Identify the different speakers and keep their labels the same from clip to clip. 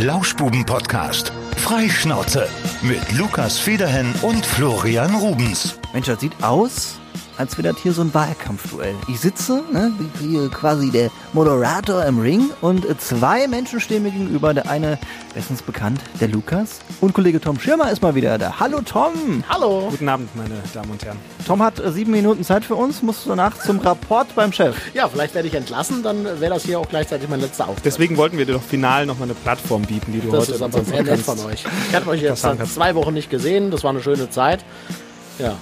Speaker 1: Lauschbuben-Podcast. Freischnauze. Mit Lukas Federhen und Florian Rubens.
Speaker 2: Mensch, das sieht aus, als wäre das hier so ein Wahlkampfduell. Ich sitze, ne, wie hier quasi der Moderator im Ring und äh, zwei Menschen stehen mir gegenüber. Der eine, bestens bekannt, der Lukas. Und Kollege Tom Schirmer ist mal wieder da. Hallo Tom!
Speaker 3: Hallo.
Speaker 4: Guten Abend, meine Damen und Herren.
Speaker 2: Tom hat äh, sieben Minuten Zeit für uns, muss danach zum Rapport beim Chef.
Speaker 3: Ja, vielleicht werde ich entlassen, dann wäre das hier auch gleichzeitig mein letzter Auftritt.
Speaker 4: Deswegen wollten wir dir doch final nochmal eine Plattform bieten, die du
Speaker 3: das
Speaker 4: heute
Speaker 3: ist
Speaker 4: in
Speaker 3: aber
Speaker 4: unserem
Speaker 3: sehr nett
Speaker 4: Podcast-
Speaker 3: von euch. Ich hatte euch jetzt
Speaker 4: Danke.
Speaker 3: seit zwei Wochen nicht gesehen, das war eine schöne Zeit. Ja,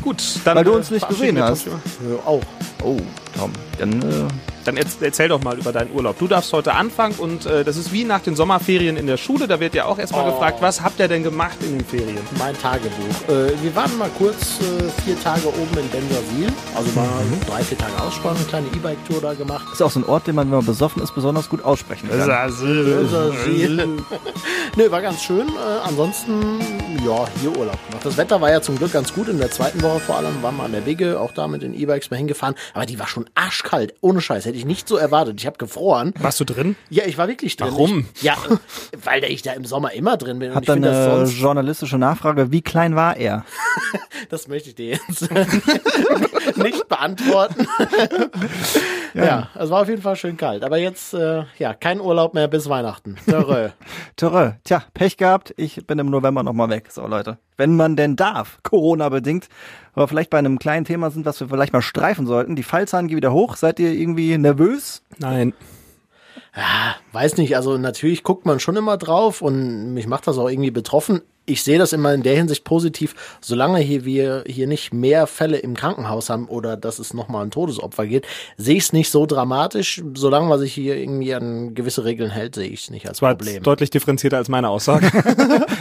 Speaker 4: Gut, dann,
Speaker 2: Weil du
Speaker 4: äh,
Speaker 2: uns nicht gesehen
Speaker 4: verabschieden wir
Speaker 2: hast.
Speaker 4: Tom Schirmer.
Speaker 3: äh, auch.
Speaker 2: Oh, Tom, dann äh,
Speaker 4: Dann erz- erzähl doch mal über deinen Urlaub. Du darfst heute anfangen und äh, das ist wie nach den Sommerferien in der Schule. Da wird ja auch erstmal
Speaker 3: Oh.
Speaker 4: gefragt, was habt ihr denn gemacht in den Ferien?
Speaker 3: Mein Tagebuch. Äh, wir waren mal kurz äh, vier Tage oben in Bensersiel. Also mal drei, vier Tage Ausspann, eine kleine E-Bike-Tour da gemacht.
Speaker 2: ist auch so ein Ort, den man, wenn man besoffen ist, besonders gut aussprechen kann.
Speaker 3: Bensersiel. Nö, war ganz schön. Äh, ansonsten, ja, hier Urlaub gemacht. Das Wetter war ja zum Glück ganz gut. In der zweiten Woche vor allem waren wir an der Wigge, auch da mit den E-Bikes mal hingefahren. Aber die war schon arschkalt. Ohne Scheiß. Hätte ich nicht so erwartet. Ich habe gefroren.
Speaker 4: Warst du drin?
Speaker 3: Ja, ich war wirklich drin.
Speaker 4: Warum?
Speaker 3: Ich, ja, weil ich da im Sommer immer drin bin. Und
Speaker 2: Hat
Speaker 3: ich
Speaker 2: dann
Speaker 3: finde das
Speaker 2: eine
Speaker 3: sonst,
Speaker 2: journalistische Nachfrage, wie klein war er?
Speaker 3: das möchte ich dir jetzt nicht beantworten. ja. es war auf jeden Fall schön kalt. Aber jetzt, äh, ja, kein Urlaub mehr bis Weihnachten. Törö.
Speaker 2: Töre, tja, Pech gehabt. Ich bin im November nochmal weg. So, Leute. Wenn man denn darf, Corona-bedingt. Aber vielleicht bei einem kleinen Thema sind, was wir vielleicht mal streifen sollten. Die Fallzahlen gehen wieder hoch. Seid ihr irgendwie nervös?
Speaker 4: Nein.
Speaker 3: Weiß nicht, also natürlich guckt man schon immer drauf und mich macht das auch irgendwie betroffen. Ich sehe das immer in der Hinsicht positiv, solange hier wir hier nicht mehr Fälle im Krankenhaus haben oder dass es nochmal ein Todesopfer geht, sehe ich es nicht so dramatisch. Solange man sich hier irgendwie an gewisse Regeln hält, sehe ich es nicht als
Speaker 4: Das war
Speaker 3: Problem.
Speaker 4: jetzt deutlich differenzierter als meine Aussage.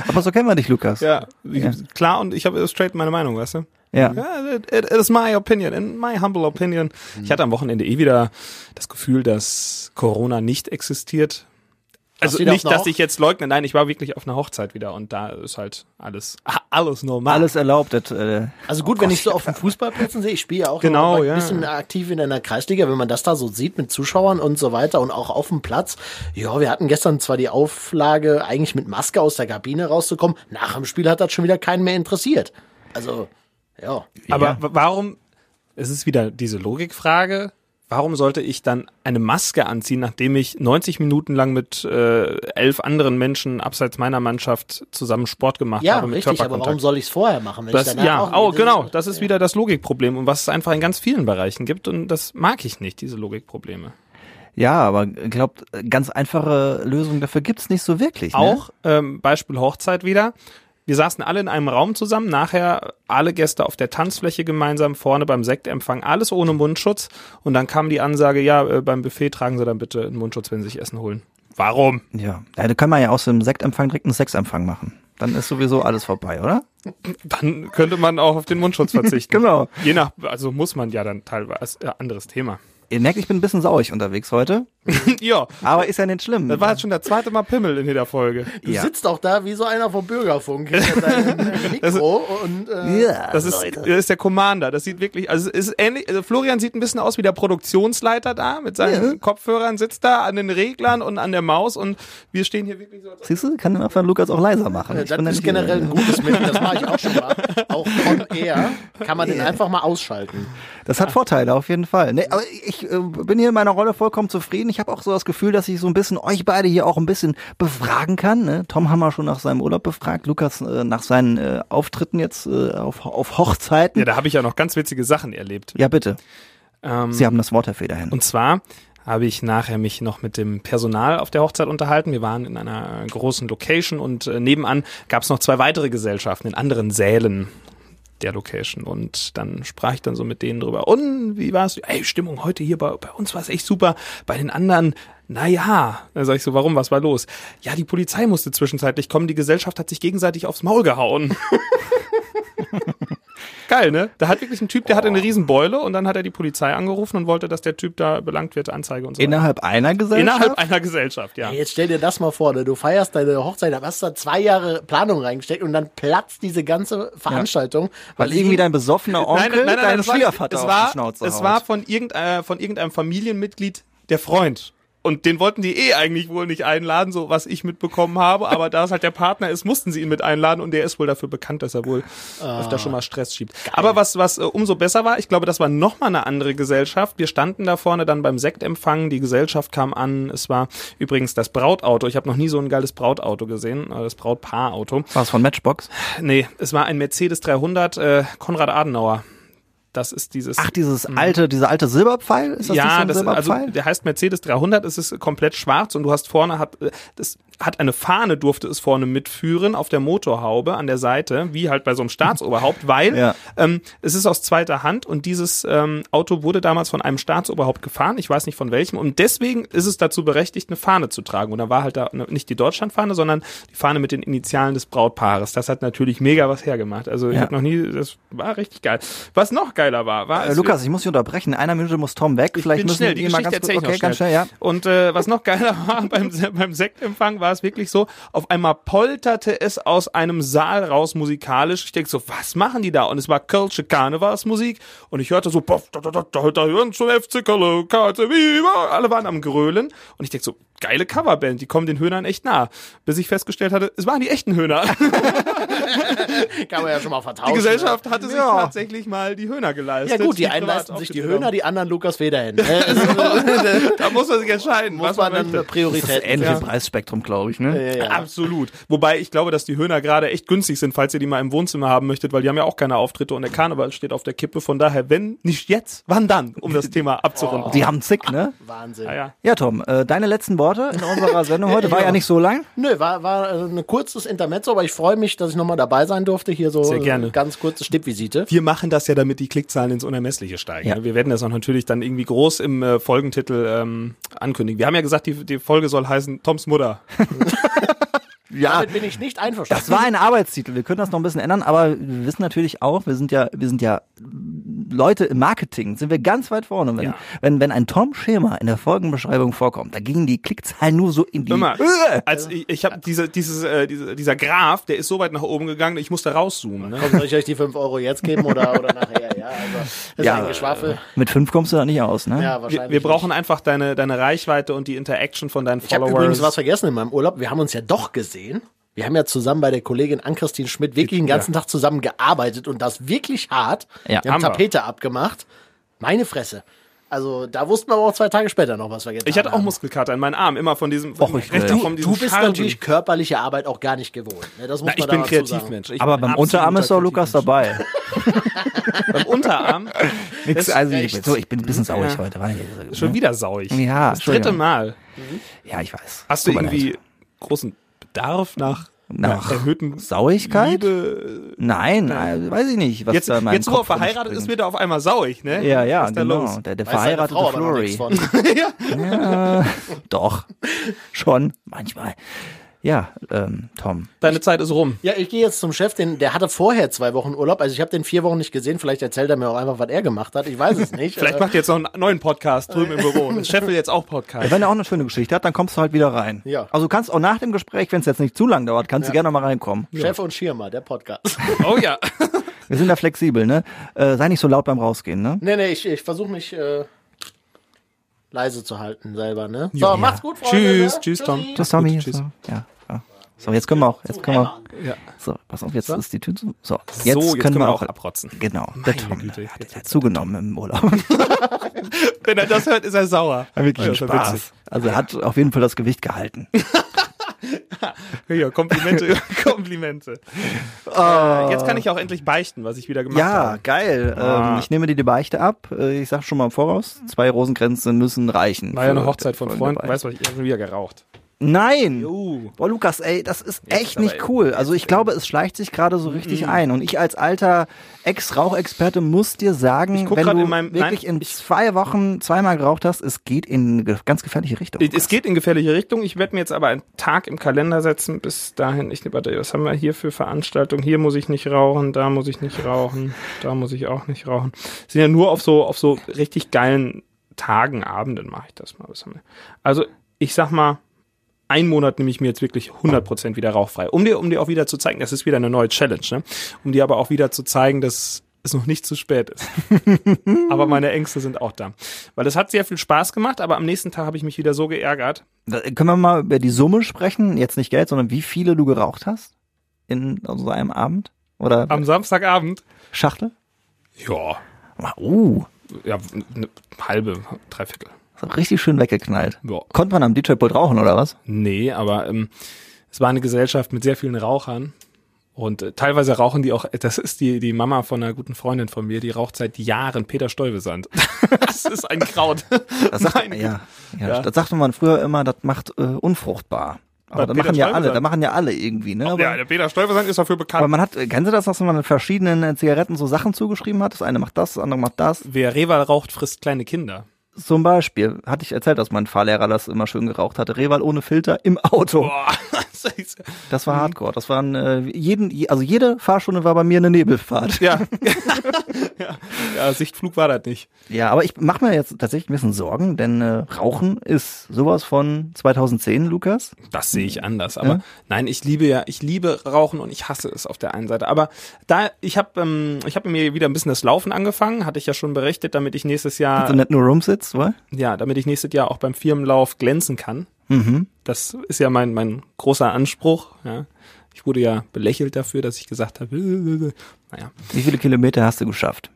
Speaker 2: Aber so kennen wir dich, Lukas.
Speaker 4: Ja, klar und ich habe straight meine Meinung, weißt du?
Speaker 2: Ja.
Speaker 4: ja it, it is my opinion, in my humble opinion. Ich hatte am Wochenende eh wieder das Gefühl, dass Corona nicht existiert. Also
Speaker 3: du wieder
Speaker 4: nicht,
Speaker 3: auf einer
Speaker 4: dass ich jetzt leugne, nein, ich war wirklich auf einer Hochzeit wieder und da ist halt alles, alles normal.
Speaker 2: Alles erlaubt. das, Äh,
Speaker 3: Also gut, wenn ich so auf den Fußballplätzen sehe, ich spiele ja auch
Speaker 4: Genau,
Speaker 3: noch ein
Speaker 4: ja.
Speaker 3: bisschen aktiv in einer Kreisliga, wenn man das da so sieht mit Zuschauern und so weiter und auch auf dem Platz. Ja, wir hatten gestern zwar die Auflage, eigentlich mit Maske aus der Kabine rauszukommen, nach dem Spiel hat das schon wieder keinen mehr interessiert. Also, ja.
Speaker 4: Aber w- warum, es ist wieder diese Logikfrage, warum sollte ich dann eine Maske anziehen, nachdem ich 90 Minuten lang mit äh, elf anderen Menschen abseits meiner Mannschaft zusammen Sport gemacht
Speaker 3: Ja,
Speaker 4: habe mit
Speaker 3: richtig, aber
Speaker 4: Körperkontakt?
Speaker 3: warum soll ich es vorher machen? Wenn
Speaker 4: Das,
Speaker 3: ich danach
Speaker 4: ja,
Speaker 3: auch-
Speaker 4: oh, genau. Das ist wieder das Logikproblem und was es einfach in ganz vielen Bereichen gibt und das mag ich nicht, diese Logikprobleme.
Speaker 2: ja, aber glaubt, ganz einfache Lösungen dafür gibt's nicht so wirklich. ne?
Speaker 4: Auch ähm, Beispiel Hochzeit wieder. Wir saßen alle in einem Raum zusammen, nachher alle Gäste auf der Tanzfläche gemeinsam, vorne beim Sektempfang, alles ohne Mundschutz und dann kam die Ansage, ja, äh, beim Buffet tragen Sie dann bitte einen Mundschutz, wenn Sie sich Essen holen. Warum?
Speaker 2: Ne? Ja. ja. Da kann man ja aus dem Sektempfang direkt einen Sexempfang machen. Dann ist sowieso alles vorbei, oder?
Speaker 4: Dann könnte man auch auf den Mundschutz verzichten.
Speaker 2: Genau.
Speaker 4: Je nach, also muss man ja dann teilweise, äh, anderes Thema.
Speaker 2: Ihr merkt, ich bin ein bisschen sauig unterwegs heute.
Speaker 4: ja,
Speaker 2: Aber ist ja nicht schlimm.
Speaker 4: das war jetzt schon der zweite Mal Pimmel in jeder Folge.
Speaker 3: Du
Speaker 2: ja.
Speaker 3: sitzt auch da wie so einer vom Bürgerfunk. hinter deinem äh, Mikro und äh,
Speaker 2: Ja,
Speaker 4: Das ist,
Speaker 2: Ah, Leute.
Speaker 4: das ist der Commander. Das sieht wirklich, also es ist ähnlich. Also Florian sieht ein bisschen aus wie der Produktionsleiter da mit seinen Kopfhörern, sitzt da an den Reglern und an der Maus und wir stehen hier wirklich so. als-
Speaker 2: Siehst du, kann einfach Lukas auch leiser machen. Ich
Speaker 3: Das
Speaker 2: bin da
Speaker 3: ist
Speaker 2: nicht- äh,
Speaker 3: generell ein gutes Mittel, das mache ich auch schon mal. Auch on air kann man den einfach mal ausschalten.
Speaker 2: Das hat Vorteile auf jeden Fall. Nee, aber ich äh, bin hier in meiner Rolle vollkommen zufrieden. Ich habe auch so das Gefühl, dass ich so ein bisschen euch beide hier auch ein bisschen befragen kann. Ne? Tom haben wir schon nach seinem Urlaub befragt, Lukas äh, nach seinen äh, Auftritten jetzt äh, auf, auf Hochzeiten.
Speaker 4: Ja,
Speaker 2: Ja,
Speaker 4: da habe ich ja noch ganz witzige Sachen erlebt.
Speaker 2: bitte.
Speaker 4: Ähm,
Speaker 2: Sie haben das Wort, Herr Federhen.
Speaker 4: Und zwar habe ich nachher mich noch mit dem Personal auf der Hochzeit unterhalten. Wir waren in einer großen Location und äh, nebenan gab es noch zwei weitere Gesellschaften in anderen Sälen der Location und dann sprach ich dann so mit denen drüber. Und wie war's? Ey, Stimmung heute hier bei, bei uns war es echt super. Bei den anderen, na ja. Dann sag ich so, warum, was war los? Ja, die Polizei musste zwischenzeitlich kommen. Die Gesellschaft hat sich gegenseitig aufs Maul gehauen. Geil, ne? Da hat wirklich ein Typ, der hatte eine Riesenbeule und dann hat er die Polizei angerufen und wollte, dass der Typ da belangt wird, Anzeige und so. weiter.
Speaker 2: Innerhalb einer Gesellschaft?
Speaker 4: Innerhalb einer Gesellschaft, ja.
Speaker 3: Ey, Jetzt stell dir das mal vor, ne? du feierst deine Hochzeit, da hast du da zwei Jahre Planung reingesteckt und dann platzt diese ganze Veranstaltung. Also
Speaker 2: Weil irgendwie dein besoffener Onkel deinen
Speaker 4: es war-
Speaker 2: Schwiegervater
Speaker 4: es
Speaker 2: auf
Speaker 4: war, äh,
Speaker 2: die Schnauze
Speaker 4: Es
Speaker 2: haut.
Speaker 4: war von, irgendein, von irgendeinem Familienmitglied der Freund. Und den wollten die eh eigentlich wohl nicht einladen, so was ich mitbekommen habe. Aber da es halt der Partner ist, mussten sie ihn mit einladen und der ist wohl dafür bekannt, dass er wohl öfter schon mal Stress schiebt. Aber was, was äh, umso besser war, ich glaube, das war nochmal eine andere Gesellschaft. Wir standen da vorne dann beim Sektempfang, die Gesellschaft kam an. Es war übrigens das Brautauto. Ich habe noch nie so ein geiles Brautauto gesehen, äh, das Brautpaarauto.
Speaker 2: War es von Matchbox?
Speaker 4: Nee, es war ein Mercedes 300 äh, Konrad Adenauer. Das ist dieses
Speaker 2: Ach, dieses alte, dieser alte Silberpfeil? Ist das nicht so
Speaker 4: Hm. ja,
Speaker 2: ein
Speaker 4: das, also
Speaker 2: Silberpfeil?
Speaker 4: der heißt Mercedes 300, es ist komplett schwarz und du hast vorne, hat, äh, das hat eine Fahne, durfte es vorne mitführen auf der Motorhaube an der Seite, wie halt bei so einem Staatsoberhaupt, weil
Speaker 2: Ja.
Speaker 4: ähm, es ist aus zweiter Hand und dieses ähm, Auto wurde damals von einem Staatsoberhaupt gefahren, ich weiß nicht von welchem und deswegen ist es dazu berechtigt, eine Fahne zu tragen und da war halt da ne- nicht die Deutschlandfahne, sondern die Fahne mit den Initialen des Brautpaares. Das hat natürlich mega was hergemacht, also ich
Speaker 2: Ja.
Speaker 4: habe noch nie, das war richtig geil. Was noch geiler war, war
Speaker 2: äh,
Speaker 4: es-
Speaker 2: Lukas, ich muss dich unterbrechen. In einer Minute muss Tom weg. Vielleicht
Speaker 4: bin
Speaker 2: müssen
Speaker 4: schnell,
Speaker 2: wir
Speaker 4: die
Speaker 2: ihn mal ganz
Speaker 4: Geschichte
Speaker 2: kurz. Okay,
Speaker 4: erzähl
Speaker 2: ganz
Speaker 4: ich
Speaker 2: schnell, ja.
Speaker 4: Und äh, was noch geiler war, beim, beim Sektempfang war es wirklich so, auf einmal polterte es aus einem Saal raus musikalisch. Ich denke so, was machen die da? Und es war Kölsche Karnevalsmusik und ich hörte so, poff, da, da, da, da, da hören schon FC Köln, KZ, Viva. alle waren am Grölen und ich denke so, geile Coverband, die kommen den Höhnern echt nah. Bis ich festgestellt hatte, es waren die echten Höhner.
Speaker 3: Kann man ja schon mal vertauschen.
Speaker 4: Die
Speaker 3: ne?
Speaker 4: Gesellschaft hatte sich
Speaker 2: Ja.
Speaker 4: tatsächlich mal die Höhner
Speaker 3: Ja
Speaker 4: geleistet.
Speaker 3: gut, die einen
Speaker 4: privat
Speaker 3: leisten sich die
Speaker 4: aufgeführt
Speaker 3: Höhner, die anderen Lukas Federhen. Ne? Also,
Speaker 4: haben. Da muss man sich entscheiden,
Speaker 3: muss
Speaker 4: was man
Speaker 3: man dann
Speaker 4: möchte.
Speaker 2: Das ist
Speaker 3: Prioritäten
Speaker 2: ähnlich
Speaker 4: Ja.
Speaker 2: im Preisspektrum, glaube ich, ne?
Speaker 3: Ja, ja.
Speaker 4: Absolut. Wobei ich glaube, dass die Höhner gerade echt günstig sind, falls ihr die mal im Wohnzimmer haben möchtet, weil die haben ja auch keine Auftritte und der Karneval steht auf der Kippe. Von daher, wenn nicht jetzt, wann dann, um das Thema abzurunden.
Speaker 2: Die haben zick, ne?
Speaker 3: Wahnsinn.
Speaker 4: Ja, ja.
Speaker 2: Ja, Tom, äh, deine letzten Worte in unserer Sendung heute war ja nicht so lang.
Speaker 3: Nö, war, war äh, ein kurzes Intermezzo, aber ich freue mich, dass ich nochmal dabei sein durfte. Hier so
Speaker 4: Sehr
Speaker 3: äh,
Speaker 4: gerne.
Speaker 3: ganz kurze Stippvisite.
Speaker 4: Wir machen das ja, damit die Klickzahlen ins Unermessliche steigen.
Speaker 2: Ja.
Speaker 4: ne? Wir werden das auch natürlich dann irgendwie groß im äh, Folgentitel ähm, ankündigen. Wir haben ja gesagt, die, die Folge soll heißen Toms Mutter.
Speaker 2: Ja,
Speaker 3: Damit bin ich nicht
Speaker 2: Es
Speaker 3: einverstanden.
Speaker 2: war ein Arbeitstitel. Wir können das noch ein bisschen ändern, aber wir wissen natürlich auch, wir sind ja, wir sind ja Leute im Marketing, sind wir ganz weit vorne. Wenn,
Speaker 4: Ja.
Speaker 2: wenn, wenn ein Tom Schema in der Folgenbeschreibung vorkommt, da gingen die Klickzahlen nur so in die
Speaker 4: Immer.
Speaker 3: Äh.
Speaker 2: Höhe.
Speaker 4: Als ich, ich habe diese, dieses, äh, diese, dieser Graph, der ist so weit nach oben gegangen, ich musste rauszoomen. Ne?
Speaker 3: Komm, soll ich euch die 5 Euro jetzt geben oder, oder nachher? Ja, also das ist
Speaker 2: Ja,
Speaker 3: ein Geschwafel.
Speaker 2: Mit fünf kommst du da nicht aus, ne?
Speaker 3: Ja, wahrscheinlich.
Speaker 4: äh, Wir, wir brauchen
Speaker 3: nicht.
Speaker 4: einfach deine, deine Reichweite und die Interaction von deinen
Speaker 3: Ich habe
Speaker 4: Followers.
Speaker 3: übrigens was vergessen in meinem Urlaub. Wir haben uns ja doch gesehen. Wir haben ja zusammen bei der Kollegin Ann-Christine Schmidt wirklich den ganzen Tag zusammen gearbeitet und das wirklich hart.
Speaker 2: Ja,
Speaker 3: wir haben
Speaker 4: haben wir.
Speaker 3: Tapete abgemacht. Meine Fresse. Also da wussten wir aber auch zwei Tage später noch, was wir getan
Speaker 4: Ich hatte auch
Speaker 3: haben.
Speaker 4: Muskelkater in meinen Arm, immer von diesem. Von
Speaker 2: Ah. ich-
Speaker 4: rechts
Speaker 2: du-
Speaker 4: von diesem
Speaker 3: Du bist
Speaker 4: Scharren.
Speaker 3: natürlich körperliche Arbeit auch gar nicht gewohnt. Ne? Das muss
Speaker 4: Na,
Speaker 3: man
Speaker 4: ich bin
Speaker 3: dazu
Speaker 4: Kreativmensch. Ich
Speaker 2: Aber
Speaker 4: bin
Speaker 2: beim
Speaker 4: absoluter
Speaker 2: Unterarm ist doch Lukas dabei.
Speaker 4: Kreativmensch. Beim Unterarm
Speaker 2: Nix, also ich,
Speaker 3: echt.
Speaker 2: so, ich bin ein bisschen sauer
Speaker 4: Hm, Ja.
Speaker 2: heute. war ich-
Speaker 4: schon wieder sauig.
Speaker 2: Ja,
Speaker 4: das dritte
Speaker 2: Entschuldigung.
Speaker 4: Mal.
Speaker 2: Ja, ich weiß.
Speaker 4: Hast du
Speaker 2: Tut mir
Speaker 4: irgendwie
Speaker 2: leid.
Speaker 4: großen Bedarf nach,
Speaker 2: Nach
Speaker 4: erhöhten
Speaker 2: Sauigkeit?
Speaker 4: Liebe?
Speaker 2: Nein, äh, weiß ich nicht, was
Speaker 4: Jetzt,
Speaker 2: da in meinem
Speaker 4: jetzt wo er
Speaker 2: Kopf
Speaker 4: verheiratet
Speaker 2: rumspringt.
Speaker 4: ist, wird er auf einmal sauig, ne?
Speaker 2: Ja, ja,
Speaker 4: Was ist da
Speaker 2: genau.
Speaker 4: los?
Speaker 2: Der, der
Speaker 3: Weiß deine
Speaker 2: verheiratete
Speaker 3: Frau aber noch
Speaker 2: Flory.
Speaker 3: nichts von.
Speaker 2: Ja, doch, schon, manchmal. Ja, ähm, Tom.
Speaker 4: Deine Zeit ist rum.
Speaker 3: Ja, ich gehe jetzt zum Chef, den, der hatte vorher zwei Wochen Urlaub. Also ich habe den vier Wochen nicht gesehen. Vielleicht erzählt er mir auch einfach, was er gemacht hat. Ich weiß es nicht.
Speaker 4: Vielleicht
Speaker 3: Äh,
Speaker 4: macht ihr jetzt noch einen neuen Podcast drüben im Büro. Das Chef will jetzt auch Podcast.
Speaker 2: Wenn er auch eine schöne Geschichte hat, dann kommst du halt wieder rein.
Speaker 3: Ja.
Speaker 2: Also du kannst auch nach dem Gespräch, wenn es jetzt nicht zu lang dauert, kannst du gerne noch mal reinkommen.
Speaker 3: Chef und Schirmer, der Podcast.
Speaker 4: Oh ja.
Speaker 2: Wir sind da flexibel, ne? Äh, sei nicht so laut beim Rausgehen, ne?
Speaker 3: nee, nee, ich, ich versuche mich äh, leise zu halten selber. Ne? So,
Speaker 2: Ja.
Speaker 3: macht's gut, Freunde.
Speaker 4: Tschüss,
Speaker 3: ne?
Speaker 4: tschüss, Tom.
Speaker 3: Tschüssi.
Speaker 2: Tschüss, Tommy.
Speaker 4: Gut, tschüss.
Speaker 2: So, ja, ja. So, jetzt können wir auch, jetzt können wir.
Speaker 4: Ja.
Speaker 2: So, pass auf, jetzt ist die Tür zu. So, jetzt,
Speaker 4: so, jetzt
Speaker 2: können wir auch.
Speaker 4: abrotzen.
Speaker 2: genau, der Tom
Speaker 4: Güte,
Speaker 2: ne,
Speaker 4: jetzt
Speaker 2: hat ja zugenommen im Urlaub.
Speaker 4: Wenn er das hört, ist er sauer.
Speaker 2: Wirklich
Speaker 4: das war witzig.
Speaker 2: Spaß. Also er hat auf jeden Fall das Gewicht gehalten.
Speaker 4: Ja, Komplimente über Komplimente. Äh, jetzt kann ich auch endlich beichten, was ich wieder gemacht
Speaker 2: Ja,
Speaker 4: habe.
Speaker 2: geil.
Speaker 4: Ah.
Speaker 2: Ähm, ich nehme dir die Beichte ab. Äh, Ich sag schon mal im Voraus, zwei Rosenkränze müssen reichen.
Speaker 4: War ja eine
Speaker 2: für
Speaker 4: Hochzeit von
Speaker 2: folgende
Speaker 4: Freunden.
Speaker 2: beiden.
Speaker 4: Weißt du, was, ich habe schon wieder geraucht.
Speaker 2: Nein!
Speaker 4: Uh.
Speaker 2: Boah, Lukas, ey, das ist echt
Speaker 4: aber Mhm.
Speaker 2: nicht cool. Also ich glaube, es schleicht sich gerade so richtig ein. Und ich als alter Ex-Rauchexperte muss dir sagen,
Speaker 4: guck
Speaker 2: wenn
Speaker 4: grad
Speaker 2: du
Speaker 4: in meinem-
Speaker 2: wirklich
Speaker 4: nein,
Speaker 2: in zwei Wochen zweimal geraucht hast, es geht in eine ge- ganz gefährliche Richtung.
Speaker 4: Es geht in gefährliche Richtung. Ich werde mir jetzt aber einen Tag im Kalender setzen. Bis dahin, ich warte, was haben wir hier für Veranstaltungen? Hier muss ich nicht rauchen, da muss ich nicht rauchen, da muss ich auch nicht rauchen. Es sind ja nur auf so, auf so richtig geilen Tagen, Abenden mache ich das mal. Was haben wir? Also, ich sag mal, einen Monat nehme ich mir jetzt wirklich 100% wieder rauchfrei. Um dir, um dir auch wieder zu zeigen, das ist wieder eine neue Challenge, ne? Um dir aber auch wieder zu zeigen, dass es noch nicht zu spät ist. aber meine Ängste sind auch da. Weil es hat sehr viel Spaß gemacht, aber am nächsten Tag habe ich mich wieder so geärgert.
Speaker 2: Da, können wir mal über die Summe sprechen? Jetzt nicht Geld, sondern wie viele du geraucht hast in so einem Abend? Oder
Speaker 4: Am Samstagabend.
Speaker 2: Schachtel?
Speaker 4: Ja.
Speaker 2: Uh,
Speaker 4: Ja, eine halbe, dreiviertel.
Speaker 2: ist auch richtig schön weggeknallt.
Speaker 4: Ja.
Speaker 2: Konnte man am DJ-Pult rauchen, oder was?
Speaker 4: Nee, aber ähm, es war eine Gesellschaft mit sehr vielen Rauchern. Und äh, teilweise rauchen die auch, das ist die, die Mama von einer guten Freundin von mir, die raucht seit Jahren Peter Stolbesand. das ist ein Kraut.
Speaker 2: Das sagt,
Speaker 4: Meine
Speaker 2: ja, ja,
Speaker 4: Ja.
Speaker 2: das sagte man früher immer, das macht äh, unfruchtbar. Aber
Speaker 4: Bei
Speaker 2: da
Speaker 4: Peter
Speaker 2: machen ja alle,
Speaker 4: Stuyvesant.
Speaker 2: da machen ja alle irgendwie, ne? Aber,
Speaker 4: ja, der Peter Stolbesand ist dafür bekannt.
Speaker 2: aber man hat, äh, kennen Sie das, dass man verschiedenen äh, Zigaretten so Sachen zugeschrieben hat? Das eine macht das, das andere macht das.
Speaker 4: Wer Reval raucht, frisst kleine Kinder.
Speaker 2: Zum Beispiel hatte ich erzählt, dass mein Fahrlehrer das immer schön geraucht hatte. Reval ohne Filter im Auto.
Speaker 4: Boah, Mhm. das ist-
Speaker 2: Das war Hardcore. Das waren äh, jeden, je- also jede Fahrstunde war bei mir eine Nebelfahrt.
Speaker 4: ja. ja. Ja, Sichtflug war das nicht.
Speaker 2: Ja, aber ich mache mir jetzt tatsächlich ein bisschen Sorgen, denn äh, Rauchen ist sowas von 2010, Lukas.
Speaker 4: Das sehe ich anders. Aber
Speaker 2: Mhm. Ja.
Speaker 4: nein, ich liebe ja, ich liebe Rauchen und ich hasse es auf der einen Seite. Aber da, ich habe ähm, ich hab mir wieder ein bisschen das Laufen angefangen, hatte ich ja schon berichtet, damit ich nächstes Jahr,
Speaker 2: Also nicht nur Rumsitz, wa?
Speaker 4: ja, damit ich nächstes Jahr auch beim Firmenlauf glänzen kann.
Speaker 2: Mhm.
Speaker 4: Das ist ja mein, mein großer Anspruch. Ja. Ich wurde ja belächelt dafür, dass ich gesagt habe, naja,
Speaker 2: Wie viele Kilometer hast du geschafft?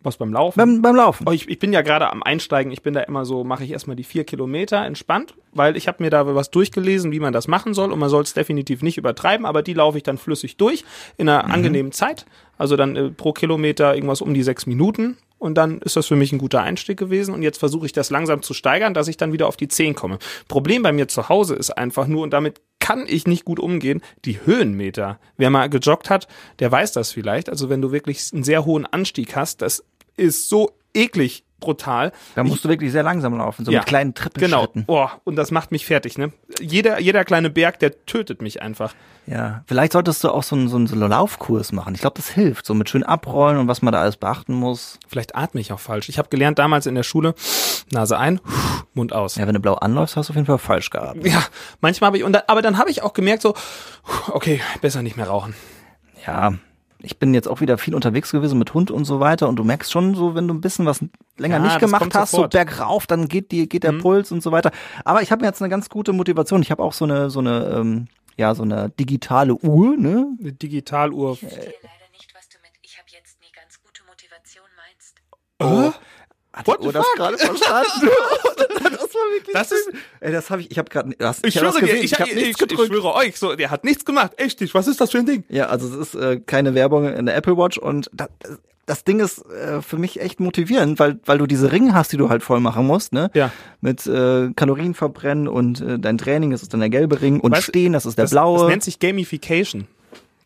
Speaker 4: was beim Laufen.
Speaker 2: Beim, beim Laufen.
Speaker 4: Oh, ich, ich bin ja gerade am Einsteigen. Ich bin da immer so, mache ich erstmal die vier Kilometer entspannt, weil ich habe mir da was durchgelesen, wie man das machen soll. Und man soll es definitiv nicht übertreiben, aber die laufe ich dann flüssig durch in einer angenehmen Zeit. Also dann äh, pro Kilometer irgendwas um die sechs Minuten. Und dann ist das für mich ein guter Einstieg gewesen. Und jetzt versuche ich das langsam zu steigern, dass ich dann wieder auf die zehn komme. Problem bei mir zu Hause ist einfach nur, und damit kann ich nicht gut umgehen, die Höhenmeter. Wer mal gejoggt hat, der weiß das vielleicht. Also wenn du wirklich einen sehr hohen Anstieg hast, das ist so eklig brutal.
Speaker 2: Da musst du wirklich sehr langsam laufen, so
Speaker 4: Ja.
Speaker 2: mit kleinen Treppenschritten.
Speaker 4: Genau. Oh, und das macht mich fertig, ne? Jeder, jeder kleine Berg, der tötet mich einfach.
Speaker 2: Ja. Vielleicht solltest du auch so einen, so einen so einen Laufkurs machen. Ich glaube, das hilft. So mit schön abrollen und was man da alles beachten muss.
Speaker 4: Vielleicht atme ich auch falsch. Ich habe gelernt damals in der Schule, Nase ein, Mund aus.
Speaker 2: Ja, wenn du blau anläufst, hast du auf jeden Fall falsch gehabt.
Speaker 4: Ja, manchmal habe ich, und da, aber dann habe ich auch gemerkt, so, okay, besser nicht mehr rauchen.
Speaker 2: Ja. Ich bin jetzt auch wieder viel unterwegs gewesen mit Hund und so weiter und du merkst schon so, wenn du ein bisschen was länger
Speaker 4: Ja,
Speaker 2: nicht
Speaker 4: das
Speaker 2: gemacht
Speaker 4: kommt
Speaker 2: hast,
Speaker 4: sofort. Mhm.
Speaker 2: so bergauf, dann geht die, geht der Puls und so weiter. Aber ich habe jetzt eine ganz gute Motivation. Ich habe auch so eine, so eine, ähm, ja, so eine digitale Uhr, ne?
Speaker 4: Eine Digitaluhr.
Speaker 5: verstehe leider nicht, was du mit ich habe jetzt nie ganz gute Motivation meinst.
Speaker 2: Hat
Speaker 4: What
Speaker 2: die
Speaker 4: the
Speaker 2: Uhr das
Speaker 4: fuck?
Speaker 2: gerade verstanden? das war wirklich.
Speaker 4: Das ist-
Speaker 2: Ey, das habe ich. Ich habe gerade. Ich, hab
Speaker 4: Ich, schwöre
Speaker 2: das
Speaker 4: dir,
Speaker 2: gesehen,
Speaker 4: ich, hab-
Speaker 2: hab
Speaker 4: ich, ich, schwöre euch, so, der hat nichts gemacht. Echt nicht, was ist das für ein Ding?
Speaker 2: Ja, also es ist äh, keine Werbung in der Apple Watch und das, das Ding ist äh, für mich echt motivierend, weil weil du diese Ringe hast, die du halt voll machen musst, ne?
Speaker 4: Ja.
Speaker 2: Mit äh, Kalorien verbrennen und äh, dein Training, das ist dann der gelbe Ring und
Speaker 4: Weißt du,
Speaker 2: stehen, das ist der
Speaker 4: Das,
Speaker 2: blaue.
Speaker 4: das nennt sich Gamification.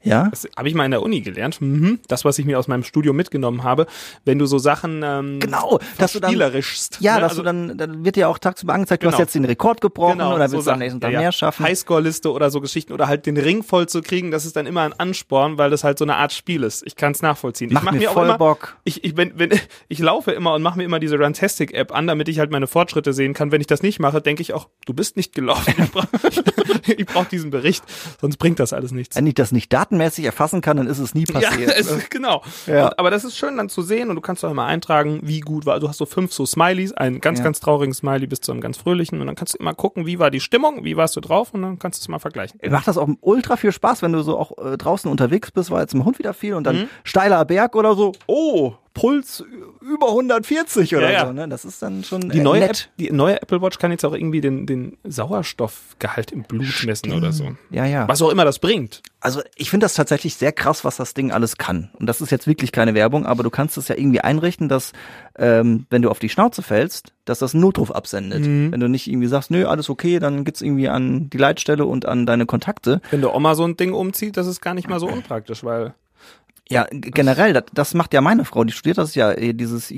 Speaker 2: ja.
Speaker 4: Das habe ich mal in der Uni gelernt. Mhm. Das, was ich mir aus meinem Studium mitgenommen habe, wenn du so Sachen ähm,
Speaker 2: Genau, dass du dann-
Speaker 4: spielerischst.
Speaker 2: Ja,
Speaker 4: ne?
Speaker 2: dass
Speaker 4: Also-
Speaker 2: du dann, dann wird dir auch tagsüber angezeigt, du hast
Speaker 4: Genau.
Speaker 2: jetzt den Rekord gebrochen oder willst du am
Speaker 4: Sachen.
Speaker 2: nächsten Tag
Speaker 4: Ja, ja.
Speaker 2: mehr schaffen.
Speaker 4: Highscore-Liste oder so Geschichten oder halt den Ring voll zu kriegen, das ist dann immer ein Ansporn, weil das halt so eine Art Spiel ist. Ich kann es nachvollziehen.
Speaker 2: Macht
Speaker 4: ich mach
Speaker 2: mir
Speaker 4: mir auch
Speaker 2: voll
Speaker 4: immer,
Speaker 2: Bock.
Speaker 4: Ich, ich, wenn, wenn, ich laufe immer und mache mir immer diese Runtastic-App an, damit ich halt meine Fortschritte sehen kann. Wenn ich das nicht mache, denke ich auch, du bist nicht gelaufen. Ich brauche brauch diesen Bericht, sonst bringt das alles nichts.
Speaker 2: Wenn ich das nicht datenmäßig erfassen kann, dann ist es nie passiert.
Speaker 4: Ja, es, genau.
Speaker 2: Ja.
Speaker 4: Und, aber das ist schön dann zu sehen und du kannst auch immer eintragen, wie gut war. Du hast so fünf so Smileys, einen ganz,
Speaker 2: Ja.
Speaker 4: ganz traurigen Smiley bis zu einem ganz fröhlichen und dann kannst du immer gucken, wie war die Stimmung, wie warst du drauf und dann kannst du es mal vergleichen.
Speaker 2: Äh, macht das auch ultra viel Spaß, wenn du so auch äh, draußen unterwegs bist, war jetzt im Hund wieder viel und
Speaker 4: Mhm.
Speaker 2: dann steiler Berg oder so. Oh, Puls ü- über 140 oder
Speaker 4: Ja, ja.
Speaker 2: so. Ne? Das ist dann schon
Speaker 4: Die
Speaker 2: äh,
Speaker 4: neue,
Speaker 2: nett.
Speaker 4: App, die neue Apple Watch kann jetzt auch irgendwie den, den Sauerstoffgehalt im Blut messen oder so.
Speaker 2: Ja, ja.
Speaker 4: Was auch immer das bringt.
Speaker 2: Also ich finde das tatsächlich sehr krass, was das Ding alles kann. Und das ist jetzt wirklich keine Werbung, aber du kannst es ja irgendwie einrichten, dass ähm, wenn du auf die Schnauze fällst, dass das einen Notruf absendet.
Speaker 4: Mhm.
Speaker 2: Wenn du nicht irgendwie sagst, nö, alles okay, dann geht's irgendwie an die Leitstelle und an deine Kontakte.
Speaker 4: Wenn der Oma so ein Ding umzieht, das ist gar nicht mal so unpraktisch, weil
Speaker 2: Ja, g- generell, das, das macht ja meine Frau, die studiert das ja, eh, dieses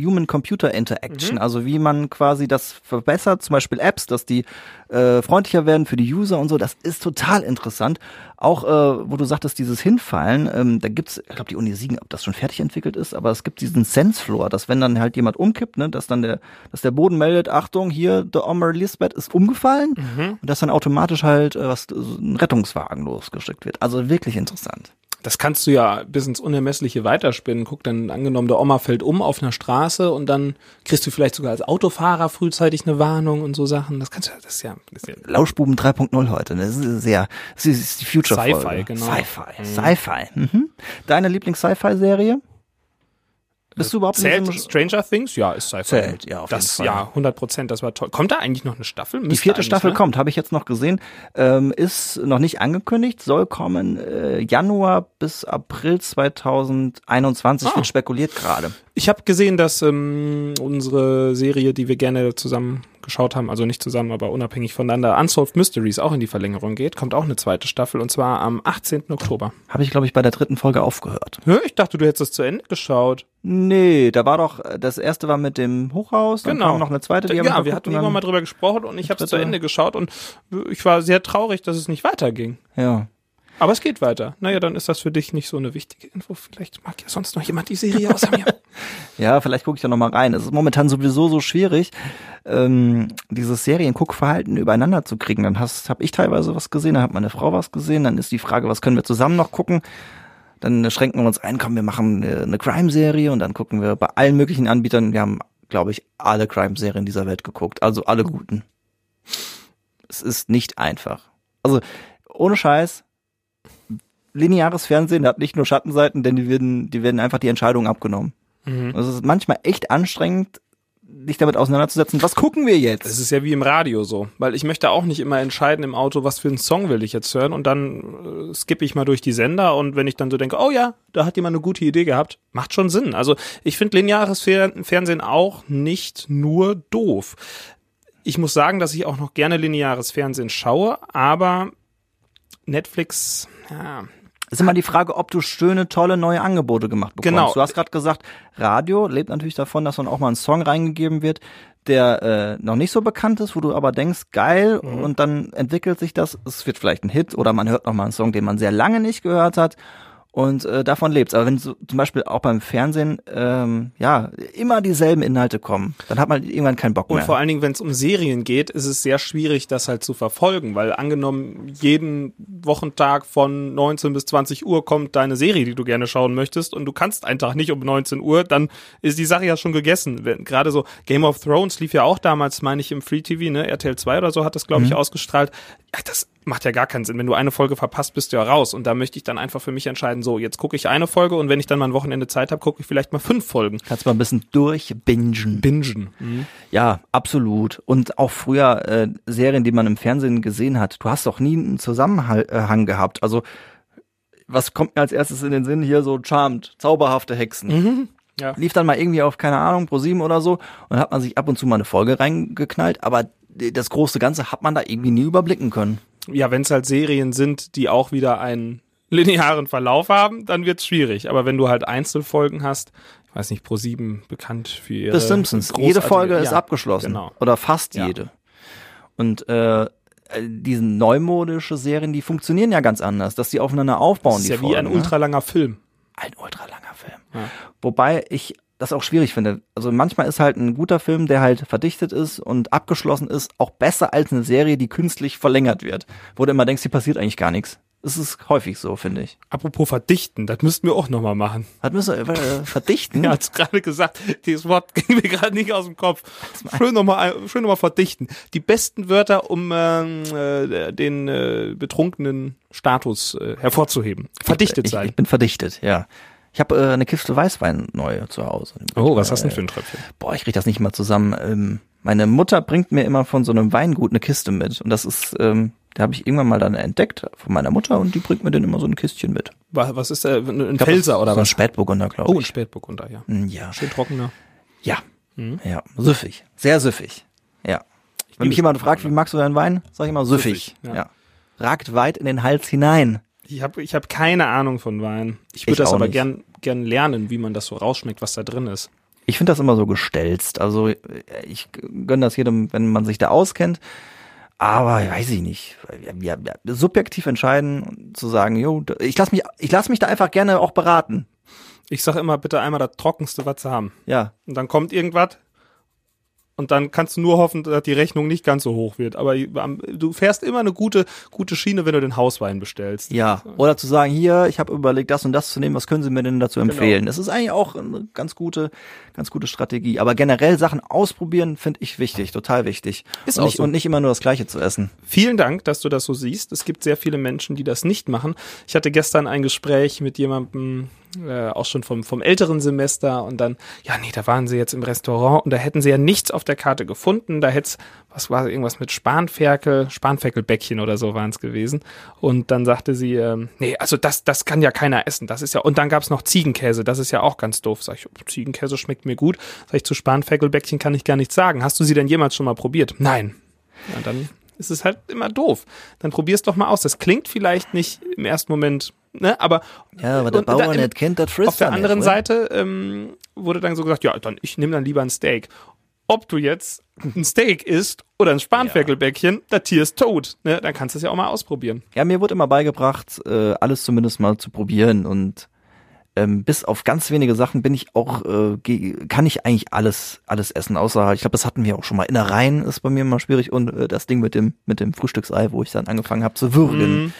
Speaker 2: Human-Computer-Interaction, also wie man quasi das verbessert, zum Beispiel Apps, dass die äh, freundlicher werden für die User und so, das ist total interessant. Auch, äh, wo du sagtest, dieses Hinfallen, ähm, da gibt's, ich glaube, die Uni Siegen, ob das schon fertig entwickelt ist, aber es gibt diesen Sensefloor, dass wenn dann halt jemand umkippt, ne, dass dann der, dass der Boden meldet, Achtung, hier, der Omer Lisbeth ist umgefallen und dass dann automatisch halt äh, was, so ein Rettungswagen losgeschickt wird. Also wirklich interessant.
Speaker 4: das kannst du ja bis ins Unermessliche weiterspinnen. Guck, dann angenommen, der Oma fällt um auf einer Straße und dann kriegst du vielleicht sogar als Autofahrer frühzeitig eine Warnung und so Sachen. Das kannst du, das ist ja, das ist ja
Speaker 2: Lauschbuben 3.0 heute. Ne? Das ist sehr, das ist die Future Folge.
Speaker 4: Sci-Fi, genau.
Speaker 2: Sci-Fi, Sci-Fi. Mhm. Deine Lieblings-Sci-Fi-Serie? Bist du überhaupt in
Speaker 4: Zählt
Speaker 2: diesem-
Speaker 4: Stranger Things? Ja, ist Sci-Fi.
Speaker 2: Zählt, ja, auf
Speaker 4: das,
Speaker 2: jeden Fall.
Speaker 4: Ja, 100 Prozent, das war toll. Kommt da eigentlich noch eine Staffel?
Speaker 2: Die
Speaker 4: Müsste
Speaker 2: vierte
Speaker 4: eigentlich,
Speaker 2: Staffel
Speaker 4: ne?
Speaker 2: kommt, habe ich jetzt noch gesehen. Ähm, ist noch nicht angekündigt, soll kommen äh, Januar bis April 2021.
Speaker 4: Ah.
Speaker 2: Wird spekuliert gerade.
Speaker 4: Ich habe gesehen, dass ähm, unsere Serie, die wir gerne zusammen geschaut haben, also nicht zusammen, aber unabhängig voneinander, Unsolved Mysteries auch in die Verlängerung geht, kommt auch eine zweite Staffel und zwar am 18. Oktober.
Speaker 2: Habe ich, glaube ich, bei der dritten Folge aufgehört.
Speaker 4: Hä, Ich dachte, du hättest es zu Ende geschaut.
Speaker 2: Nee, da war doch, äh, das erste war mit dem Hochhaus, dann kam noch eine zweite, die
Speaker 4: Genau. ja,
Speaker 2: haben wir
Speaker 4: wir
Speaker 2: geguckt
Speaker 4: hatten
Speaker 2: und dann-
Speaker 4: irgendwann mal drüber gesprochen und ich habe es zu
Speaker 2: dritte-
Speaker 4: Ende geschaut und ich war sehr traurig, dass es nicht weiterging.
Speaker 2: Ja.
Speaker 4: Aber es geht weiter. Naja, dann ist das für dich nicht so eine wichtige Info. Vielleicht mag ja sonst noch jemand die Serie außer mir.
Speaker 2: Ja, vielleicht gucke ich da nochmal rein. Es ist momentan sowieso so schwierig, ähm, dieses Serienguckverhalten übereinander zu kriegen. Dann hast, habe ich teilweise was gesehen, dann hat meine Frau was gesehen, dann ist die Frage, was können wir zusammen noch gucken? Dann schränken wir uns ein, komm, wir machen äh, eine Crime-Serie und dann gucken wir bei allen möglichen Anbietern. Wir haben, glaube ich, alle Crime-Serien dieser Welt geguckt, also alle guten. Es ist nicht einfach. Also ohne Scheiß, lineares Fernsehen hat nicht nur Schattenseiten, denn die werden, die werden einfach die Entscheidungen abgenommen. Also Es ist manchmal echt anstrengend, dich damit auseinanderzusetzen. Was gucken wir
Speaker 4: Es
Speaker 2: jetzt?
Speaker 4: ist ja wie im Radio so, weil ich möchte auch nicht immer entscheiden im Auto, was für einen Song will ich jetzt hören und dann äh, skippe ich mal durch die Sender und wenn ich dann so denke, oh ja, da hat jemand eine gute Idee gehabt, macht schon Sinn. Also ich finde lineares Fer Fernsehen auch nicht nur doof. Ich muss sagen, dass ich auch noch gerne lineares Fernsehen schaue, aber Netflix, ja,
Speaker 2: Es ist immer die Frage, ob du schöne, tolle neue Angebote gemacht bekommst.
Speaker 4: Genau.
Speaker 2: Du hast gerade gesagt, Radio lebt natürlich davon, dass dann auch mal ein Song reingegeben wird, der äh, noch nicht so bekannt ist, wo du aber denkst, geil,
Speaker 4: Mhm.
Speaker 2: und dann entwickelt sich das. Es wird vielleicht ein Hit oder man hört noch mal einen Song, den man sehr lange nicht gehört hat. Und äh, davon lebt's. Aber wenn so, zum Beispiel auch beim Fernsehen ähm, ja immer dieselben Inhalte kommen, dann hat man irgendwann keinen Bock
Speaker 4: Und
Speaker 2: mehr.
Speaker 4: vor allen Dingen, wenn es um Serien geht, ist es sehr schwierig, das halt zu verfolgen, weil angenommen, jeden Wochentag von 19 bis 20 Uhr kommt deine Serie, die du gerne schauen möchtest, und du kannst einen Tag nicht um 19 Uhr, dann ist die Sache ja schon gegessen. Wenn- Gerade so Game of Thrones lief ja auch damals, meine ich, im Free TV, ne? RTL 2 oder so hat das, glaube ich, ausgestrahlt. Ja, das macht ja gar keinen Sinn. Wenn du eine Folge verpasst, bist du ja raus. Und da möchte ich dann einfach für mich entscheiden, so, jetzt gucke ich eine Folge und wenn ich dann mal ein Wochenende Zeit habe, gucke ich vielleicht mal fünf Folgen.
Speaker 2: Kannst mal ein bisschen durchbingen.
Speaker 4: Bingen.
Speaker 2: Ja, absolut. Und auch früher äh, Serien, die man im Fernsehen gesehen hat. Du hast doch nie einen Zusammenhang gehabt. Also, was kommt mir als erstes in den Sinn hier? So Charmed, zauberhafte Hexen.
Speaker 4: Mhm. Ja.
Speaker 2: Lief dann mal irgendwie auf, keine Ahnung, ProSieben oder so. Und dann hat man sich ab und zu mal eine Folge reingeknallt. Aber das große Ganze hat man da irgendwie nie überblicken können.
Speaker 4: ja, wenn es halt Serien sind, die auch wieder einen linearen Verlauf haben, dann wird's schwierig. Aber wenn du halt Einzelfolgen hast, ich weiß nicht, pro sieben bekannt für ihre
Speaker 2: The Simpsons. Jede
Speaker 4: äh, großartige-
Speaker 2: Folge ist
Speaker 4: ja,
Speaker 2: abgeschlossen.
Speaker 4: Genau.
Speaker 2: Oder fast
Speaker 4: Ja.
Speaker 2: jede. Und äh, diese neumodische Serien, die funktionieren ja ganz anders, dass die aufeinander aufbauen.
Speaker 4: Das ist
Speaker 2: die
Speaker 4: ja wie ein
Speaker 2: Folgen, ne?
Speaker 4: ultralanger Film.
Speaker 2: ein ultralanger Film.
Speaker 4: Ja.
Speaker 2: Wobei ich das auch schwierig finde. Also manchmal ist halt ein guter Film, der halt verdichtet ist und abgeschlossen ist, auch besser als eine Serie, die künstlich verlängert wird. Wo du immer denkst, hier passiert eigentlich gar nichts. Es ist häufig so, finde ich.
Speaker 4: Apropos verdichten, das müssten wir auch nochmal machen.
Speaker 2: Das müssen wir äh, verdichten.
Speaker 4: Ja, hat's gerade gesagt, dieses Wort ging mir gerade nicht aus dem Kopf. Schön nochmal schön noch mal verdichten. Die besten Wörter, um ähm, äh, den äh, betrunkenen Status äh, hervorzuheben. Verdichtet
Speaker 2: ich,
Speaker 4: sein.
Speaker 2: ich bin verdichtet, ja. Ich habe äh, eine Kiste Weißwein neu zu Hause.
Speaker 4: oh, was hast du denn für ein Tröpfchen?
Speaker 2: Boah, ich krieg das nicht mal zusammen. Ähm, meine Mutter bringt mir immer von so einem Weingut eine Kiste mit. Und das ist, ähm, da habe ich irgendwann mal dann entdeckt von meiner Mutter und die bringt mir dann immer so ein Kistchen mit.
Speaker 4: Wa- Was ist da? Ein
Speaker 2: glaub, das
Speaker 4: Pelzer
Speaker 2: ist
Speaker 4: oder
Speaker 2: so Ein
Speaker 4: was?
Speaker 2: Spätburgunder, glaube
Speaker 4: Oh, ein
Speaker 2: ich.
Speaker 4: Spätburgunder, ja.
Speaker 2: Mm, Ja.
Speaker 4: Schön trockener.
Speaker 2: Ja.
Speaker 4: Mhm.
Speaker 2: Ja. Süffig. Sehr süffig. Ja. Wenn mich
Speaker 4: liebe
Speaker 2: jemand fragt, wie magst du deinen Wein, sage ich immer süffig.
Speaker 4: Süffig, ja.
Speaker 2: ja. Ragt weit in den Hals hinein.
Speaker 4: Ich habe ich hab keine Ahnung von Wein. Ich
Speaker 2: Ich
Speaker 4: würde das
Speaker 2: auch
Speaker 4: aber
Speaker 2: nicht.
Speaker 4: gern, gern lernen, wie man das so rausschmeckt, was da drin ist.
Speaker 2: Ich finde das immer so gestelzt. Also äh, ich gönne das jedem, wenn man sich da auskennt. Aber weiß ich nicht. Ja, ja, subjektiv entscheiden und zu sagen, jo, da- ich lasse mich, ich lass mich da einfach gerne auch beraten.
Speaker 4: Ich sage immer, bitte einmal das Trockenste, was sie haben.
Speaker 2: Ja.
Speaker 4: Und dann kommt irgendwas Und dann kannst du nur hoffen, dass die Rechnung nicht ganz so hoch wird. Aber am- du fährst immer eine gute, gute Schiene, wenn du den Hauswein bestellst.
Speaker 2: Ja, oder zu sagen, hier, ich habe überlegt, das und das zu nehmen, was können Sie mir denn
Speaker 4: Genau.
Speaker 2: dazu empfehlen? Das ist eigentlich auch eine ganz gute, ganz gute Strategie. Aber generell Sachen ausprobieren finde ich wichtig, total wichtig.
Speaker 4: Ist
Speaker 2: und,
Speaker 4: auch
Speaker 2: nicht,
Speaker 4: so.
Speaker 2: und nicht immer nur das Gleiche zu essen.
Speaker 4: Vielen Dank, dass du das so siehst. Es gibt sehr viele Menschen, die das nicht machen. Ich hatte gestern ein Gespräch mit jemandem, äh, auch schon vom, vom älteren Semester und dann, ja, nee, da waren sie jetzt im Restaurant und da hätten sie ja nichts auf der Karte gefunden. Da hätt's, was war irgendwas mit Spanferkel, Spanferkelbäckchen oder so waren es gewesen. Und dann sagte sie, ähm, nee, also das, das kann ja keiner essen. Das ist ja, und dann gab's noch Ziegenkäse, das ist ja auch ganz doof. Sag ich, Ziegenkäse schmeckt mir gut. Sag ich, zu Spanferkelbäckchen kann ich gar nichts sagen. Hast du sie denn jemals schon mal probiert? Nein. Ja, dann ist es halt immer doof. Dann probier's doch mal aus. Das klingt vielleicht nicht im ersten Moment, ne, aber
Speaker 2: Ja, aber der
Speaker 4: und
Speaker 2: Bauer
Speaker 4: da-
Speaker 2: nicht kennt, das frisst
Speaker 4: auf der
Speaker 2: er nicht,
Speaker 4: anderen
Speaker 2: oder?
Speaker 4: Seite ähm, wurde dann so gesagt, ja, dann ich nehme dann lieber ein Steak. Ob du jetzt ein Steak isst oder ein Spanferkelbäckchen, das Tier ist tot. Ne? Dann kannst du es ja auch mal ausprobieren.
Speaker 2: Ja, mir wurde immer beigebracht, äh, alles zumindest mal zu probieren und ähm, bis auf ganz wenige Sachen bin ich auch, äh, ge- kann ich eigentlich alles, alles essen, außer, ich glaube, das hatten wir auch schon mal. Innereien ist bei mir mal schwierig und äh, das Ding mit dem, mit dem Frühstücksei, wo ich dann angefangen habe zu
Speaker 4: Mhm.
Speaker 2: würgen.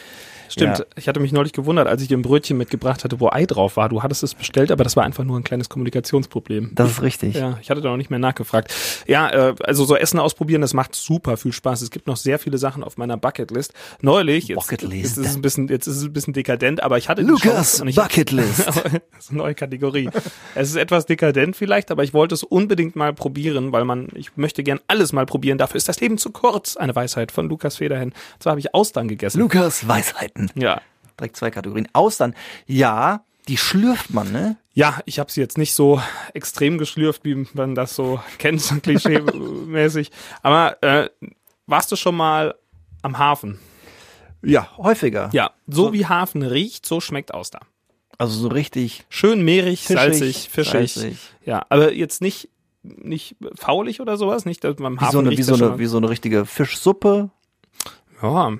Speaker 4: Stimmt,
Speaker 2: Ja.
Speaker 4: ich hatte mich neulich gewundert, als ich dir ein Brötchen mitgebracht hatte, wo Ei drauf war. Du hattest es bestellt, aber das war einfach nur ein kleines Kommunikationsproblem.
Speaker 2: Das ist richtig.
Speaker 4: Ja, ich hatte da noch nicht mehr nachgefragt. Ja, äh, also so Essen ausprobieren, das macht super viel Spaß. Es gibt noch sehr viele Sachen auf meiner Bucketlist. Neulich, jetzt,
Speaker 2: Bucketlist.
Speaker 4: jetzt ist es ein bisschen, jetzt ist es ein bisschen dekadent, aber ich hatte die
Speaker 2: Lukas,
Speaker 4: Chance und ich, Oh,
Speaker 2: Bucketlist.
Speaker 4: das ist eine neue Kategorie. Es ist etwas dekadent vielleicht, aber ich wollte es unbedingt mal probieren, weil man, ich möchte gern alles mal probieren. Dafür ist das Leben zu kurz. Eine Weisheit von Lukas Federhen. Zwar habe ich Austern gegessen.
Speaker 2: Lukas Weisheiten.
Speaker 4: ja.
Speaker 2: Direkt zwei Kategorien. Austern, ja, die schlürft man, ne?
Speaker 4: Ja, ich habe sie jetzt nicht so extrem geschlürft, wie man das so kennt, so klischee-mäßig. Aber äh, warst du schon mal am Hafen?
Speaker 2: Ja. Häufiger.
Speaker 4: Ja, so wie Hafen riecht, so schmeckt Auster.
Speaker 2: Also so richtig
Speaker 4: Schön mehrig,
Speaker 2: Fischig,
Speaker 4: salzig, fischig.
Speaker 2: salzig.
Speaker 4: Ja, aber jetzt nicht nicht faulig oder sowas, nicht dass beim
Speaker 2: wie
Speaker 4: Hafen
Speaker 2: so, eine,
Speaker 4: riecht
Speaker 2: wie, so
Speaker 4: das
Speaker 2: eine,
Speaker 4: schon
Speaker 2: wie so eine richtige Fischsuppe.
Speaker 4: mal. ja.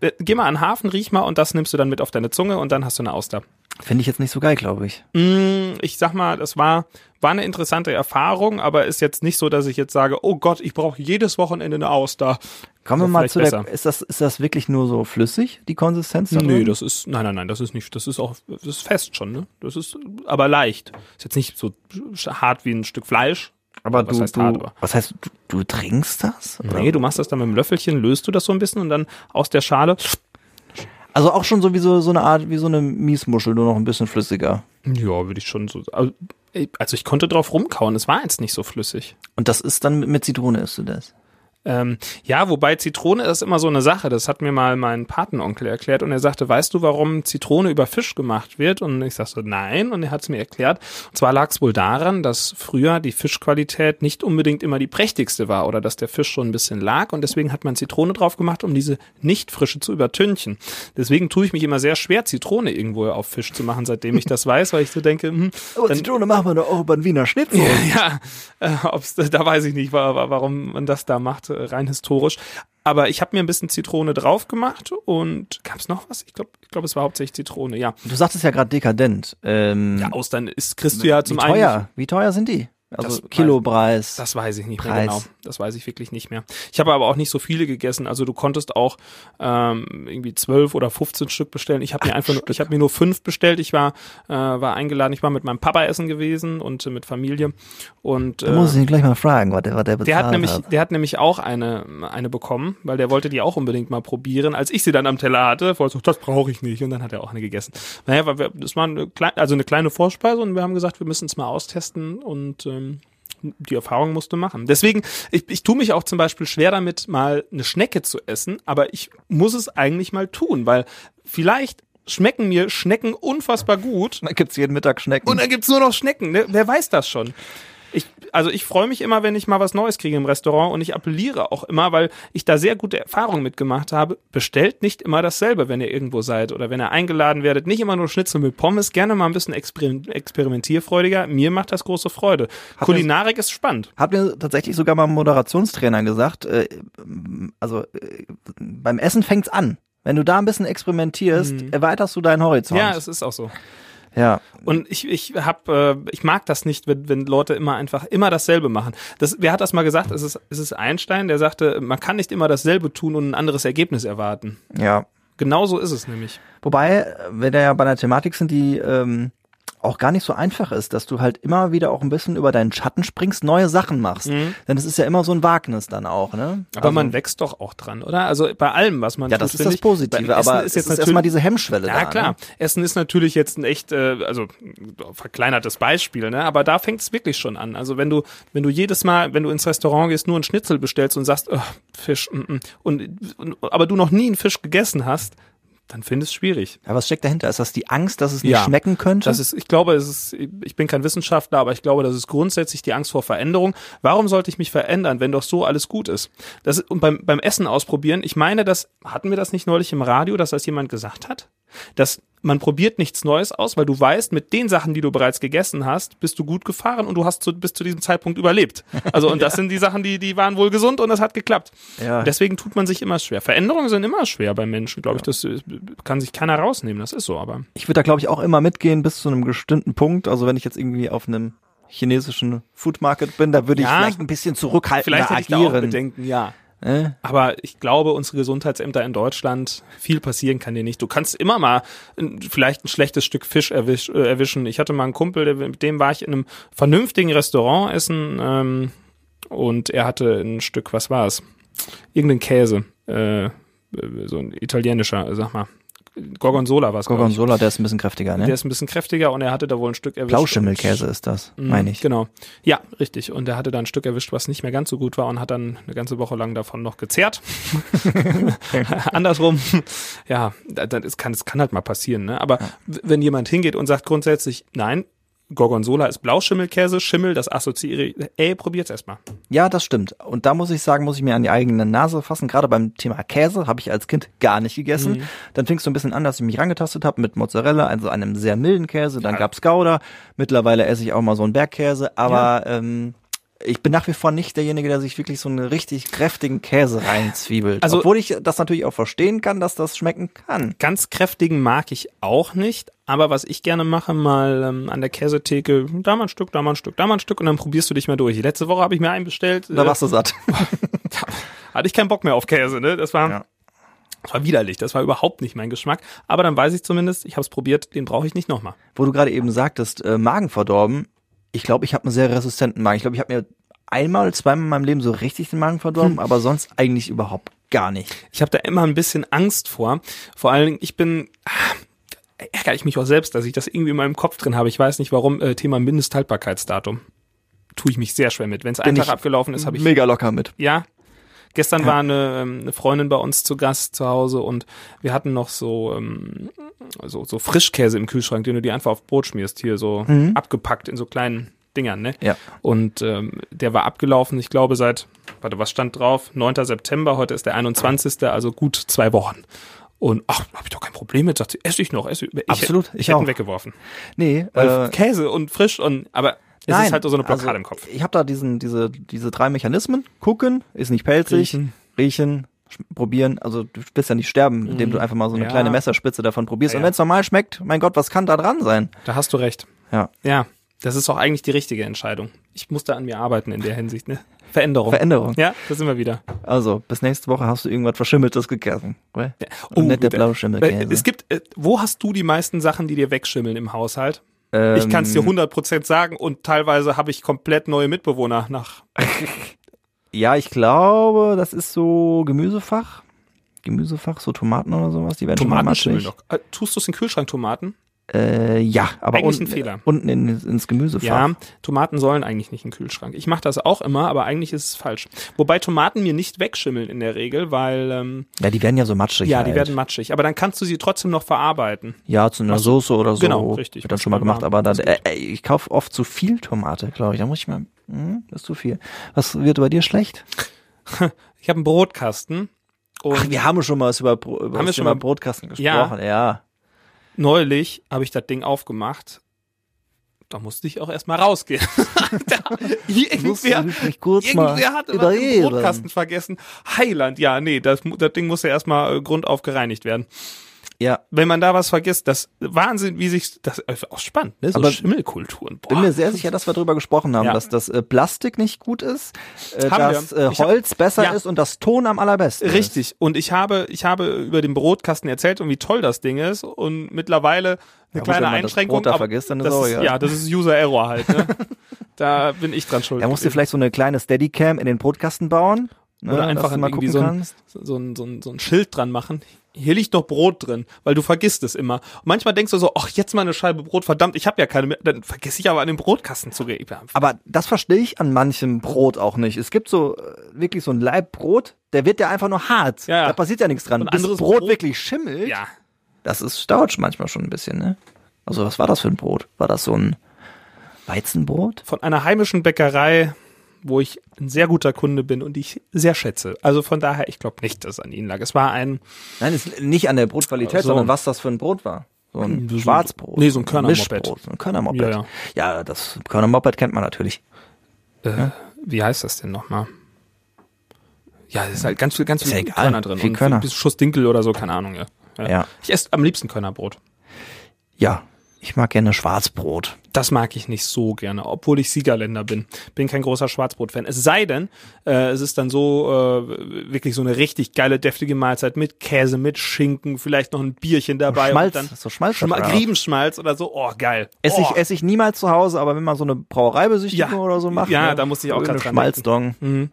Speaker 4: Äh, Geh mal an den Hafen, riech mal und das nimmst du dann mit auf deine Zunge und dann hast du eine Auster.
Speaker 2: Finde ich jetzt nicht so geil, glaube ich.
Speaker 4: Mm, Ich sag mal, das war, war eine interessante Erfahrung, aber ist jetzt nicht so, dass ich jetzt sage, oh Gott, ich brauche jedes Wochenende eine Auster.
Speaker 2: Kommen wir
Speaker 4: Ist doch
Speaker 2: mal zu
Speaker 4: vielleicht
Speaker 2: der.
Speaker 4: besser.
Speaker 2: Ist das, ist das wirklich nur so flüssig, die Konsistenz? da
Speaker 4: Nee,
Speaker 2: drin?
Speaker 4: das ist, nein, nein, nein, das ist nicht, das ist auch, das ist fest schon, ne? Das ist, aber leicht. Ist jetzt nicht so hart wie ein Stück Fleisch.
Speaker 2: aber
Speaker 4: was
Speaker 2: du,
Speaker 4: heißt
Speaker 2: du,
Speaker 4: hart, aber-
Speaker 2: was heißt, du, du trinkst das? Oder?
Speaker 4: Nee, du machst das dann mit dem Löffelchen, löst du das so ein bisschen und dann aus der Schale.
Speaker 2: Also auch schon so wie so, so eine Art, wie so eine Miesmuschel, nur noch ein bisschen flüssiger.
Speaker 4: Ja, würde ich schon so, also also ich konnte drauf rumkauen, es war jetzt nicht so flüssig.
Speaker 2: Und das ist dann mit, mit Zitrone, isst du das?
Speaker 4: Ähm, ja, wobei Zitrone ist immer so eine Sache. Das hat mir mal mein Patenonkel erklärt und er sagte, weißt du, warum Zitrone über Fisch gemacht wird? Und ich sagte, nein. Und er hat es mir erklärt. Und zwar lag es wohl daran, dass früher die Fischqualität nicht unbedingt immer die prächtigste war oder dass der Fisch schon ein bisschen lag und deswegen hat man Zitrone drauf gemacht, um diese Nichtfrische zu übertünchen. Deswegen tue ich mich immer sehr schwer, Zitrone irgendwo auf Fisch zu machen, seitdem ich das weiß, weil ich so denke, hm, dann,
Speaker 2: Zitrone machen wir doch auch über den Wiener Schnitzel.
Speaker 4: ja, äh, ob's, da weiß ich nicht, wa- wa- warum man das da macht, äh, rein historisch. Aber ich habe mir ein bisschen Zitrone drauf gemacht und gab's noch was? Ich glaube, ich glaub, es war hauptsächlich Zitrone, ja.
Speaker 2: Du sagtest ja gerade dekadent. Ähm,
Speaker 4: Ja, Austern ist, kriegst du ja zum
Speaker 2: wie
Speaker 4: einen.
Speaker 2: teuer? Wie teuer sind die? Also
Speaker 4: Das-
Speaker 2: Kilopreis.
Speaker 4: Das weiß ich nicht mehr
Speaker 2: Preis.
Speaker 4: genau. Das weiß ich wirklich nicht mehr. Ich habe aber auch nicht so viele gegessen. Also du konntest auch ähm, irgendwie zwölf oder 15 Stück bestellen. Ich habe mir einfach nur, ich habe mir nur fünf bestellt. Ich war äh, war eingeladen. Ich war mit meinem Papa essen gewesen und äh, mit Familie und
Speaker 2: da muss ich ihn gleich mal fragen, was der, was der bezahlt
Speaker 4: äh, Der hat nämlich,
Speaker 2: hat.
Speaker 4: der hat nämlich auch eine, eine bekommen, weil der wollte die auch unbedingt mal probieren. Als ich sie dann am Teller hatte, wollte ich, so, das brauche ich nicht. Und dann hat er auch eine gegessen. Naja, weil wir, das war eine kleine, also eine kleine Vorspeise und wir haben gesagt, wir müssen es mal austesten und ähm, die Erfahrung musste machen. Deswegen, ich, ich tue mich auch zum Beispiel schwer damit, mal eine Schnecke zu essen, aber ich muss es eigentlich mal tun, weil vielleicht schmecken mir Schnecken unfassbar gut
Speaker 2: Da gibt's jeden Mittag Schnecken.
Speaker 4: und dann gibt's nur noch Schnecken. Ne? Wer weiß das schon? Ich, also ich freue mich immer, wenn ich mal was Neues kriege im Restaurant und ich appelliere auch immer, weil ich da sehr gute Erfahrungen mitgemacht habe. Bestellt nicht immer dasselbe, wenn ihr irgendwo seid oder wenn ihr eingeladen werdet. Nicht immer nur Schnitzel mit Pommes, gerne mal ein bisschen experim- experimentierfreudiger. Mir macht das große Freude. Kulinarik ist spannend.
Speaker 2: Hat mir tatsächlich sogar mal ein Moderationstrainer gesagt, äh, also äh, beim
Speaker 4: Mhm.
Speaker 2: Essen fängt's an. Wenn du da ein bisschen experimentierst, erweiterst du deinen Horizont.
Speaker 4: Ja, es ist auch so.
Speaker 2: Ja.
Speaker 4: Und ich, ich hab, äh, ich mag das nicht, wenn, wenn Leute immer einfach immer dasselbe machen. Das, wer hat das mal gesagt? Es ist, es ist Einstein, der sagte, man kann nicht immer dasselbe tun und ein anderes Ergebnis erwarten.
Speaker 2: Ja.
Speaker 4: Genauso Genau ist es nämlich.
Speaker 2: Wobei, äh, wir da ja bei einer Thematik sind, die ähm, auch gar nicht so einfach ist, dass du halt immer wieder auch ein bisschen über deinen Schatten springst, neue Sachen machst. Denn es ist ja immer so ein Wagnis dann auch, ne?
Speaker 4: Mhm. Aber man wächst doch auch dran, oder? Also bei allem, was man
Speaker 2: ja,
Speaker 4: tut,
Speaker 2: das ist
Speaker 4: finde
Speaker 2: das
Speaker 4: ich,
Speaker 2: Positive,
Speaker 4: beim Essen
Speaker 2: aber es ist erstmal diese Hemmschwelle da.
Speaker 4: Ja, klar.
Speaker 2: Ne?
Speaker 4: Essen ist natürlich jetzt ein echt, äh, also verkleinertes Beispiel, ne? aber da fängt es wirklich schon an. Also wenn du, wenn du jedes Mal, wenn du ins Restaurant gehst, nur einen Schnitzel bestellst und sagst, oh, Fisch, mm, mm, und, und aber du noch nie einen Fisch gegessen hast, dann findest es schwierig.
Speaker 2: Ja, was steckt dahinter? Ist das die Angst, dass es nicht
Speaker 4: Ja.
Speaker 2: schmecken könnte?
Speaker 4: Das ist, ich glaube, es ist, ich bin kein Wissenschaftler, aber ich glaube, das ist grundsätzlich die Angst vor Veränderung. Warum sollte ich mich verändern, wenn doch so alles gut ist? Das, und beim, beim Essen ausprobieren, ich meine, das hatten wir das nicht neulich im Radio, dass das jemand gesagt hat? Dass man probiert nichts Neues aus, weil du weißt, mit den Sachen, die du bereits gegessen hast, bist du gut gefahren und du hast zu, bis zu diesem Zeitpunkt überlebt. Also, und das sind die Sachen, die, die waren wohl gesund und das hat geklappt.
Speaker 2: Ja.
Speaker 4: Deswegen tut man sich immer schwer. Veränderungen sind immer schwer bei Menschen, glaube ich. Das äh, kann sich keiner rausnehmen. Das ist so, aber.
Speaker 2: ich würde da glaube ich auch immer mitgehen bis zu einem bestimmten Punkt. Also wenn ich jetzt irgendwie auf einem chinesischen Food Market bin, da würde ich
Speaker 4: Ja.
Speaker 2: vielleicht ein bisschen zurückhaltender
Speaker 4: Vielleicht hätte ich da auch
Speaker 2: agieren.
Speaker 4: Bedenken, ja.
Speaker 2: Ne?
Speaker 4: Aber ich glaube, unsere Gesundheitsämter in Deutschland, viel passieren kann dir nicht. Du kannst immer mal ein, vielleicht ein schlechtes Stück Fisch erwisch, äh, erwischen. Ich hatte mal einen Kumpel, der, mit dem war ich in einem vernünftigen Restaurant essen ähm, und er hatte ein Stück, was war es? Irgendein Käse, äh, äh, so ein italienischer, äh, sag mal. Gorgonzola war es. glaub ich.
Speaker 2: Gorgonzola, der ist ein bisschen kräftiger,
Speaker 4: Der
Speaker 2: ne?
Speaker 4: ist ein bisschen kräftiger und er hatte da wohl ein Stück erwischt.
Speaker 2: Blauschimmelkäse ist das, meine ich.
Speaker 4: Genau. Ja, richtig. Und er hatte da ein Stück erwischt, was nicht mehr ganz so gut war und hat dann eine ganze Woche lang davon noch gezehrt. Andersrum. Ja, da- da- es kann, es kann halt mal passieren. Ne? Aber w- wenn jemand hingeht und sagt grundsätzlich, nein, Gorgonzola ist Blauschimmelkäse, Schimmel, das assoziiere ich. Ey, probiert's erstmal.
Speaker 2: Ja, das stimmt. Und da muss ich sagen, muss ich mir an die eigene Nase fassen. Gerade beim Thema Käse habe ich als Kind gar nicht gegessen.
Speaker 4: Mhm.
Speaker 2: Dann fing es so ein bisschen an, dass ich mich rangetastet habe mit Mozzarella, also einem sehr milden Käse. Dann gab's Gouda. Mittlerweile esse ich auch mal so einen Bergkäse. Aber ähm, ich bin nach wie vor nicht derjenige, der sich wirklich so einen richtig kräftigen Käse reinzwiebelt.
Speaker 4: Also-
Speaker 2: Obwohl ich das natürlich auch verstehen kann, dass das schmecken kann.
Speaker 4: Ganz kräftigen mag ich auch nicht, aber was ich gerne mache, mal ähm, an der Käsetheke, da mal ein Stück, da mal ein Stück, da mal ein Stück und dann probierst du dich mal durch. Letzte Woche habe ich mir einen bestellt.
Speaker 2: Da
Speaker 4: äh,
Speaker 2: warst du satt.
Speaker 4: hatte ich keinen Bock mehr auf Käse, ne? Das war,
Speaker 2: Ja.
Speaker 4: das war widerlich, das war überhaupt nicht mein Geschmack. Aber dann weiß ich zumindest, ich habe es probiert, den brauche ich nicht nochmal.
Speaker 2: Wo du gerade eben sagtest, äh, Magen verdorben. Ich glaube, ich habe einen sehr resistenten Magen. Ich glaube, ich habe mir einmal, zweimal in meinem Leben so richtig den Magen
Speaker 4: Hm.
Speaker 2: verdorben, aber sonst eigentlich überhaupt gar nicht.
Speaker 4: Ich habe da immer ein bisschen Angst vor. Vor allen Dingen, ich bin. ah, Ärgere ich mich auch selbst, dass ich das irgendwie in meinem Kopf drin habe. Ich weiß nicht warum. Äh, Thema Mindesthaltbarkeitsdatum. Tue ich mich sehr schwer mit. Wenn es einen
Speaker 2: Bin
Speaker 4: Tag
Speaker 2: ich
Speaker 4: abgelaufen ist, habe ich
Speaker 2: Mega locker mit.
Speaker 4: Ja. Gestern war eine, ähm, eine Freundin bei uns zu Gast zu Hause und wir hatten noch so, ähm, so, so Frischkäse im Kühlschrank, den du dir einfach auf Brot schmierst, hier so abgepackt in so kleinen Dingern, ne?
Speaker 2: Mhm. Ja.
Speaker 4: Und ähm, der war abgelaufen, ich glaube, seit, warte, was stand drauf? 9. September, heute ist der 21., also gut zwei Wochen. Und ach, habe ich doch kein Problem mit, sagt sie, esse ich noch, esse ich.
Speaker 2: Absolut,
Speaker 4: ich,
Speaker 2: ich
Speaker 4: hätte
Speaker 2: auch.
Speaker 4: ihn weggeworfen.
Speaker 2: Nee,
Speaker 4: Weil
Speaker 2: äh,
Speaker 4: Käse und frisch und, aber es ist halt so eine Blockade
Speaker 2: also,
Speaker 4: im Kopf.
Speaker 2: Ich habe da diesen, diese, diese drei Mechanismen. Gucken, ist nicht pelzig, riechen,
Speaker 4: Riechen.
Speaker 2: sch- probieren. Also du willst ja nicht sterben, indem du einfach mal so eine
Speaker 4: Mhm. Ja.
Speaker 2: kleine Messerspitze davon probierst.
Speaker 4: Ja,
Speaker 2: Und
Speaker 4: ja.
Speaker 2: wenn es normal schmeckt, mein Gott, was kann da dran sein?
Speaker 4: Da hast du recht.
Speaker 2: Ja.
Speaker 4: Ja, das ist auch eigentlich die richtige Entscheidung. Ich muss da an mir arbeiten in der Hinsicht, ne? Veränderung.
Speaker 2: Veränderung.
Speaker 4: ja, da sind wir wieder.
Speaker 2: Also, bis nächste Woche hast du irgendwas Verschimmeltes gegessen. Gell?
Speaker 4: Oh,
Speaker 2: Und nicht der
Speaker 4: gut, äh,
Speaker 2: Blauschimmelkäse.
Speaker 4: äh, Es gibt, äh, wo hast du die meisten Sachen, die dir wegschimmeln im Haushalt?
Speaker 2: Ähm,
Speaker 4: Ich kann es dir 100% sagen und teilweise habe ich komplett neue Mitbewohner nach.
Speaker 2: Ah, Ja, ich glaube, das ist so Gemüsefach. Gemüsefach, so Tomaten oder sowas, die werden schon mal
Speaker 4: Tomaten
Speaker 2: matschig.
Speaker 4: schimmeln doch. Äh, tust du es in den Kühlschrank, Tomaten?
Speaker 2: Äh, ja, aber
Speaker 4: Eigentlich
Speaker 2: unten,
Speaker 4: ein Fehler.
Speaker 2: unten in, ins Gemüsefach.
Speaker 4: Ja, Tomaten sollen eigentlich nicht in den Kühlschrank. Ich mache das auch immer, aber eigentlich ist es falsch. Wobei Tomaten mir nicht wegschimmeln in der Regel, weil, ähm,
Speaker 2: ja, die werden ja so matschig.
Speaker 4: ja,
Speaker 2: halt.
Speaker 4: die werden matschig. Aber dann kannst du sie trotzdem noch verarbeiten.
Speaker 2: Ja, zu einer Soße oder so.
Speaker 4: Genau, richtig.
Speaker 2: Wird dann schon mal
Speaker 4: Machst du
Speaker 2: gemacht,
Speaker 4: warm.
Speaker 2: aber dann, äh, äh, ich kaufe oft zu viel Tomate, glaube ich. Da muss ich mal, hm, das ist zu viel. Was wird bei dir schlecht?
Speaker 4: Ich habe einen Brotkasten und
Speaker 2: Ach, wir haben schon mal was über, Bro- über
Speaker 4: Haben wir
Speaker 2: das
Speaker 4: schon
Speaker 2: Thema
Speaker 4: mal-
Speaker 2: Brotkasten gesprochen.
Speaker 4: Ja.
Speaker 2: ja.
Speaker 4: neulich habe ich das Ding aufgemacht. Da musste ich auch erstmal rausgehen. da, irgendwer,
Speaker 2: Muss ich mich kurz mal
Speaker 4: irgendwer hat was im
Speaker 2: überreden.
Speaker 4: Brotkasten vergessen. Heiland, ja, nee, das, mu- das Ding muss ja erstmal äh, grundauf gereinigt werden.
Speaker 2: Ja.
Speaker 4: wenn man da was vergisst, das Wahnsinn, wie sich das auch spannend, ne? So
Speaker 2: Aber
Speaker 4: Schimmelkulturen. Boah.
Speaker 2: Bin mir sehr sicher, dass wir darüber gesprochen haben,
Speaker 4: Ja.
Speaker 2: dass das äh, Plastik nicht gut ist, äh,
Speaker 4: Haben
Speaker 2: dass
Speaker 4: wir.
Speaker 2: äh,
Speaker 4: Ich hab-
Speaker 2: Holz besser
Speaker 4: Ja.
Speaker 2: ist und das Ton am allerbesten. Ist.
Speaker 4: Richtig. Und ich habe, ich habe über den Brotkasten erzählt und wie toll das Ding ist. Und mittlerweile eine
Speaker 2: Ja, gut,
Speaker 4: kleine
Speaker 2: wenn man das
Speaker 4: Einschränkung.
Speaker 2: Brot da
Speaker 4: aber
Speaker 2: vergisst, dann ist
Speaker 4: das
Speaker 2: auch
Speaker 4: ist,
Speaker 2: egal.
Speaker 4: Ja, das ist User Error halt. Ne? da bin ich dran schuld.
Speaker 2: Da musst du vielleicht so eine kleine Steadicam in den Brotkasten bauen. Ne,
Speaker 4: Oder
Speaker 2: dass
Speaker 4: einfach
Speaker 2: du mal
Speaker 4: irgendwie
Speaker 2: gucken
Speaker 4: so ein,
Speaker 2: kannst.
Speaker 4: so, ein, so, ein, so ein Schild dran machen. Hier liegt noch Brot drin, weil du vergisst es immer. Und manchmal denkst du so, ach, jetzt mal eine Scheibe Brot, verdammt, ich habe ja keine mehr. Dann vergesse ich aber an den Brotkasten zu gehen.
Speaker 2: Aber das verstehe ich an manchem Brot auch nicht. Es gibt so äh, wirklich so ein Leibbrot, der wird ja einfach nur hart.
Speaker 4: Ja, ja.
Speaker 2: Da passiert ja nichts dran.
Speaker 4: Und
Speaker 2: Bis
Speaker 4: anderes
Speaker 2: Brot,
Speaker 4: Brot-
Speaker 2: wirklich schimmelt,
Speaker 4: Ja.
Speaker 2: das ist, dauert manchmal schon ein bisschen, ne? Also was war das für ein Brot? War das so ein Weizenbrot?
Speaker 4: Von einer heimischen Bäckerei, wo ich ein sehr guter Kunde bin und die ich sehr schätze. Also von daher, ich glaube nicht, dass es an ihnen lag. Es war ein
Speaker 2: Nein, es li- nicht an der Brotqualität,
Speaker 4: So.
Speaker 2: sondern was das für ein Brot war. So ein
Speaker 4: So ein-
Speaker 2: Schwarzbrot.
Speaker 4: nee, so ein Körnermoped.
Speaker 2: Mischbrot, so ein Körnermoped.
Speaker 4: Ja,
Speaker 2: Ja,
Speaker 4: ja.
Speaker 2: das Körnermoped kennt man natürlich.
Speaker 4: äh, wie heißt das denn nochmal? Ja, es ist halt ganz viel, ganz
Speaker 2: Ist
Speaker 4: viel
Speaker 2: ja egal,
Speaker 4: Körner drin.
Speaker 2: viel
Speaker 4: und
Speaker 2: Körner.
Speaker 4: Ein bisschen Schuss Dinkel oder so, keine Ahnung. Ja.
Speaker 2: Ja.
Speaker 4: Ich esse am liebsten Körnerbrot.
Speaker 2: Ja, ich mag gerne Schwarzbrot.
Speaker 4: Das mag ich nicht so gerne, obwohl ich Siegerländer bin. Bin kein großer Schwarzbrot-Fan. Es sei denn, äh, es ist dann so äh, wirklich so eine richtig geile, deftige Mahlzeit mit Käse, mit Schinken, vielleicht noch ein Bierchen dabei.
Speaker 2: Schmalz,
Speaker 4: und dann
Speaker 2: so Schmalz da
Speaker 4: Schma
Speaker 2: drauf.
Speaker 4: Griebenschmalz oder so. Oh, geil.
Speaker 2: Esse
Speaker 4: oh.
Speaker 2: ich, esse ich niemals zu Hause, aber wenn man so eine Brauereibesichtigung
Speaker 4: Ja.
Speaker 2: oder so macht.
Speaker 4: Ja,
Speaker 2: ne,
Speaker 4: da musste ich auch
Speaker 2: irgendeine
Speaker 4: grad dran
Speaker 2: Schmalzdong.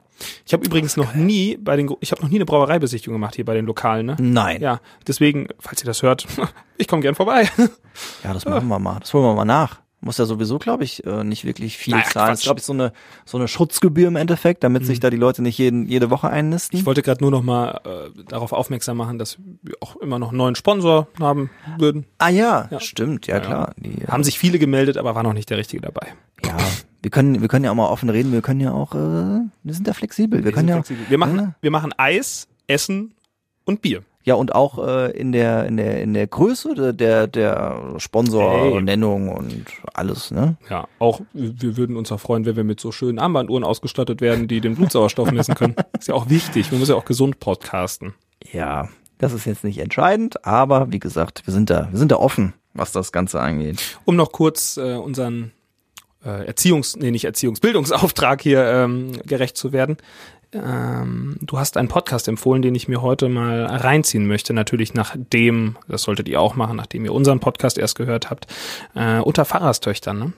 Speaker 4: Ich habe übrigens noch nie bei den, Gro- ich habe noch nie eine Brauereibesichtigung gemacht hier bei den Lokalen, ne?
Speaker 2: Nein. Ja.
Speaker 4: Ja, deswegen, falls ihr das hört, ich komme gern vorbei.
Speaker 2: das machen wir mal. Das holen wir mal nach. Muss ja sowieso, glaube ich, äh, nicht wirklich viel
Speaker 4: Naja,
Speaker 2: zahlen. Das ist,
Speaker 4: Quatsch. Hm.
Speaker 2: glaube ich, so eine, so eine Schutzgebühr im Endeffekt, damit sich da die Leute nicht jeden, jede Woche einnisten.
Speaker 4: Ich wollte gerade nur noch mal äh, darauf aufmerksam machen, dass wir auch immer noch einen neuen Sponsor haben würden.
Speaker 2: ah ja, stimmt, ja,
Speaker 4: ja.
Speaker 2: klar. Die, äh,
Speaker 4: Haben sich viele gemeldet, aber war noch nicht der Richtige dabei.
Speaker 2: Ja, wir können, wir können ja auch mal offen reden. Wir können ja auch, äh, wir sind ja flexibel. Wir, können ja,
Speaker 4: Wir machen,
Speaker 2: ne?
Speaker 4: wir machen Eis, Essen und Bier.
Speaker 2: ja und auch äh, in der, in der, in der Größe der, der, der Sponsornennung und alles, ne?
Speaker 4: Ja, auch wir wir würden uns auch freuen, wenn wir mit so schönen Armbanduhren ausgestattet werden, die den Blutsauerstoff messen können. Ist ja auch wichtig. Wir müssen ja auch gesund podcasten.
Speaker 2: Ja, das ist jetzt nicht entscheidend, aber wie gesagt, wir sind da, wir sind da offen, was das Ganze angeht.
Speaker 4: Um noch kurz äh, unseren äh, Erziehungs-, nee, nicht Erziehungs-, Bildungsauftrag hier ähm, gerecht zu werden. Ähm, du hast einen Podcast empfohlen, den ich mir heute mal reinziehen möchte. Natürlich nachdem, das solltet ihr auch machen, nachdem ihr unseren Podcast erst gehört habt, äh, unter Pfarrerstöchtern, ne?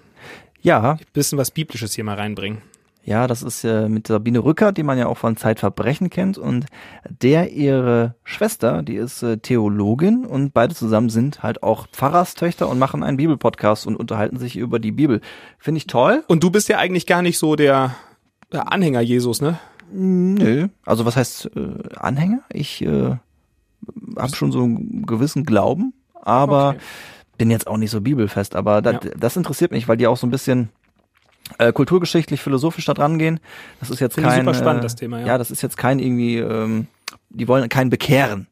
Speaker 2: Ja,
Speaker 4: Bisschen was Biblisches hier mal reinbringen.
Speaker 2: ja, das ist äh, mit Sabine Rückert, die man ja auch von Zeitverbrechen kennt und der ihre Schwester, die ist äh, Theologin und beide zusammen sind halt auch Pfarrerstöchter und machen einen Bibelpodcast und unterhalten sich über die Bibel. Finde ich toll.
Speaker 4: Und du bist ja eigentlich gar nicht so der äh, Anhänger Jesus, ne?
Speaker 2: Nö, also was heißt äh, Anhänger? Ich äh, habe schon so einen gewissen Glauben, aber
Speaker 4: Okay.
Speaker 2: bin jetzt auch nicht so bibelfest, aber das,
Speaker 4: Ja.
Speaker 2: das interessiert mich, weil die auch so ein bisschen äh, kulturgeschichtlich, philosophisch da dran gehen. Das ist jetzt
Speaker 4: Finde ich
Speaker 2: kein
Speaker 4: super spannend,
Speaker 2: äh,
Speaker 4: das Thema, ja.
Speaker 2: ja, das ist jetzt kein irgendwie ähm, die wollen kein bekehren,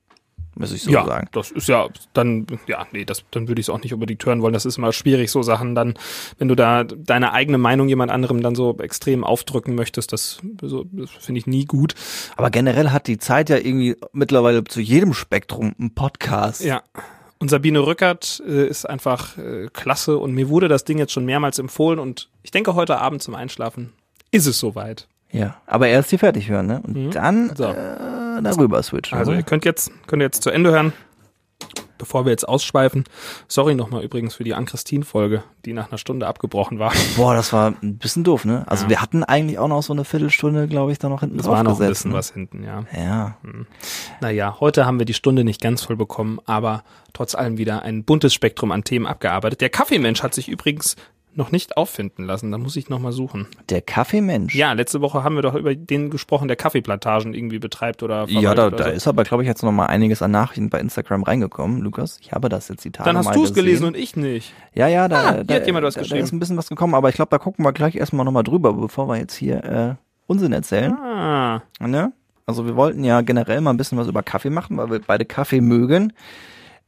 Speaker 2: muss ich so
Speaker 4: ja,
Speaker 2: sagen.
Speaker 4: das ist ja dann, ja, nee, das, dann würde ich es auch nicht unbedingt hören wollen. Das ist immer schwierig, so Sachen dann, wenn du da deine eigene Meinung jemand anderem dann so extrem aufdrücken möchtest, das, so, das finde ich nie gut.
Speaker 2: Aber generell hat die Zeit ja irgendwie mittlerweile zu jedem Spektrum einen Podcast.
Speaker 4: Ja. Und Sabine Rückert äh, ist einfach äh, klasse und mir wurde das Ding jetzt schon mehrmals empfohlen und ich denke heute Abend zum Einschlafen ist es soweit.
Speaker 2: ja. Aber erst die fertig hören, ne? Und dann
Speaker 4: Mhm. So.
Speaker 2: äh, darüber switchen.
Speaker 4: Also
Speaker 2: oder?
Speaker 4: ihr könnt jetzt, könnt ihr jetzt zu Ende hören. Bevor wir jetzt ausschweifen, sorry nochmal übrigens für die Ann-Christine-Folge, die nach einer Stunde abgebrochen war.
Speaker 2: Boah, das war ein bisschen doof, ne? Also wir hatten eigentlich auch noch so eine Viertelstunde, glaube ich, da noch hinten
Speaker 4: Es
Speaker 2: drauf
Speaker 4: war noch ein
Speaker 2: gesetzt,
Speaker 4: bisschen
Speaker 2: ne?
Speaker 4: was hinten, ja.
Speaker 2: Ja.
Speaker 4: Naja, heute haben wir die Stunde nicht ganz voll bekommen, aber trotz allem wieder ein buntes Spektrum an Themen abgearbeitet. Der Kaffeemensch hat sich übrigens noch nicht auffinden lassen, da muss ich nochmal suchen.
Speaker 2: Der Kaffeemensch.
Speaker 4: Ja, letzte Woche haben wir doch über den gesprochen, der Kaffeeplantagen irgendwie betreibt oder
Speaker 2: Ja,
Speaker 4: verwaltet
Speaker 2: da,
Speaker 4: oder
Speaker 2: da
Speaker 4: so.
Speaker 2: ist aber, glaube ich, jetzt noch mal einiges an Nachrichten bei Instagram reingekommen, Lukas. Ich habe das jetzt die Tage mal
Speaker 4: Dann hast du es
Speaker 2: gesehen.
Speaker 4: gelesen und ich nicht.
Speaker 2: ja, ja, da,
Speaker 4: Ah, hier
Speaker 2: da,
Speaker 4: hat jemand was
Speaker 2: da, da
Speaker 4: geschrieben.
Speaker 2: ist ein bisschen was gekommen, aber ich glaube, da gucken wir gleich erstmal nochmal drüber, bevor wir jetzt hier äh, Unsinn erzählen.
Speaker 4: Ah,
Speaker 2: Ne? Also wir wollten ja generell mal ein bisschen was über Kaffee machen, weil wir beide Kaffee mögen.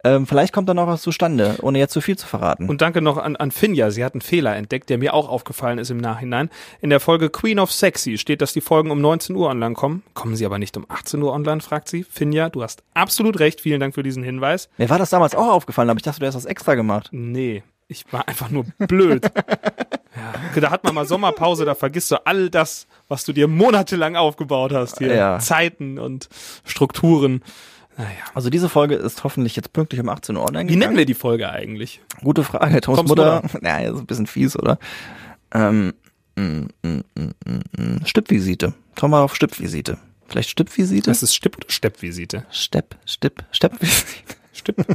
Speaker 2: Ähm, vielleicht kommt da noch was zustande, ohne jetzt zu viel zu verraten.
Speaker 4: Und danke noch an, an Finja. Sie hat einen Fehler entdeckt, der mir auch aufgefallen ist im Nachhinein. In der Folge Queen of Sexy steht, dass die Folgen um 19 Uhr online kommen. Kommen sie aber nicht um 18 Uhr online, fragt sie. Finja, du hast absolut recht. Vielen Dank für diesen Hinweis.
Speaker 2: Mir war das damals auch aufgefallen, aber ich dachte, du hast das extra gemacht.
Speaker 4: Nee, ich war einfach nur blöd. ja, da hat man mal Sommerpause, da vergisst du all das, was du dir monatelang aufgebaut hast hier.
Speaker 2: Ja.
Speaker 4: Zeiten und Strukturen. Naja.
Speaker 2: Also diese Folge ist hoffentlich jetzt pünktlich um 18 Uhr online
Speaker 4: Wie nennen
Speaker 2: gegangen.
Speaker 4: wir die Folge eigentlich?
Speaker 2: Gute Frage. Toms,
Speaker 4: Toms
Speaker 2: Mutter. Naja, ist ein bisschen fies, oder? Ähm, mm, mm, mm, mm, mm. Stippvisite. Tom war auf Stippvisite. Vielleicht Stippvisite?
Speaker 4: Das ist Stipp- oder Steppvisite.
Speaker 2: Stepp, Stipp, Steppvisite.
Speaker 4: Stippen.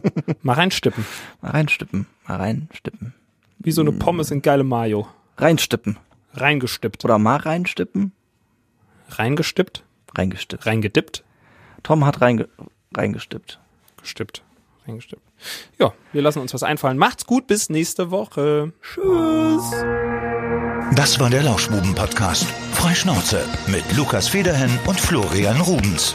Speaker 4: Mal reinstippen.
Speaker 2: Mal reinstippen. Mal reinstippen.
Speaker 4: Wie so eine Pommes in geile Mayo.
Speaker 2: Reinstippen.
Speaker 4: Reingestippt.
Speaker 2: Oder mal reinstippen.
Speaker 4: Reingestippt.
Speaker 2: Reingestippt.
Speaker 4: Reingedippt.
Speaker 2: Tom hat reinge reingestippt.
Speaker 4: Gestippt. Reingestippt. Ja, wir lassen uns was einfallen. Macht's gut, bis nächste Woche. Tschüss.
Speaker 1: Das war der Lauschbuben-Podcast. Freischnauze mit Lukas Federhen und Florian Rubens.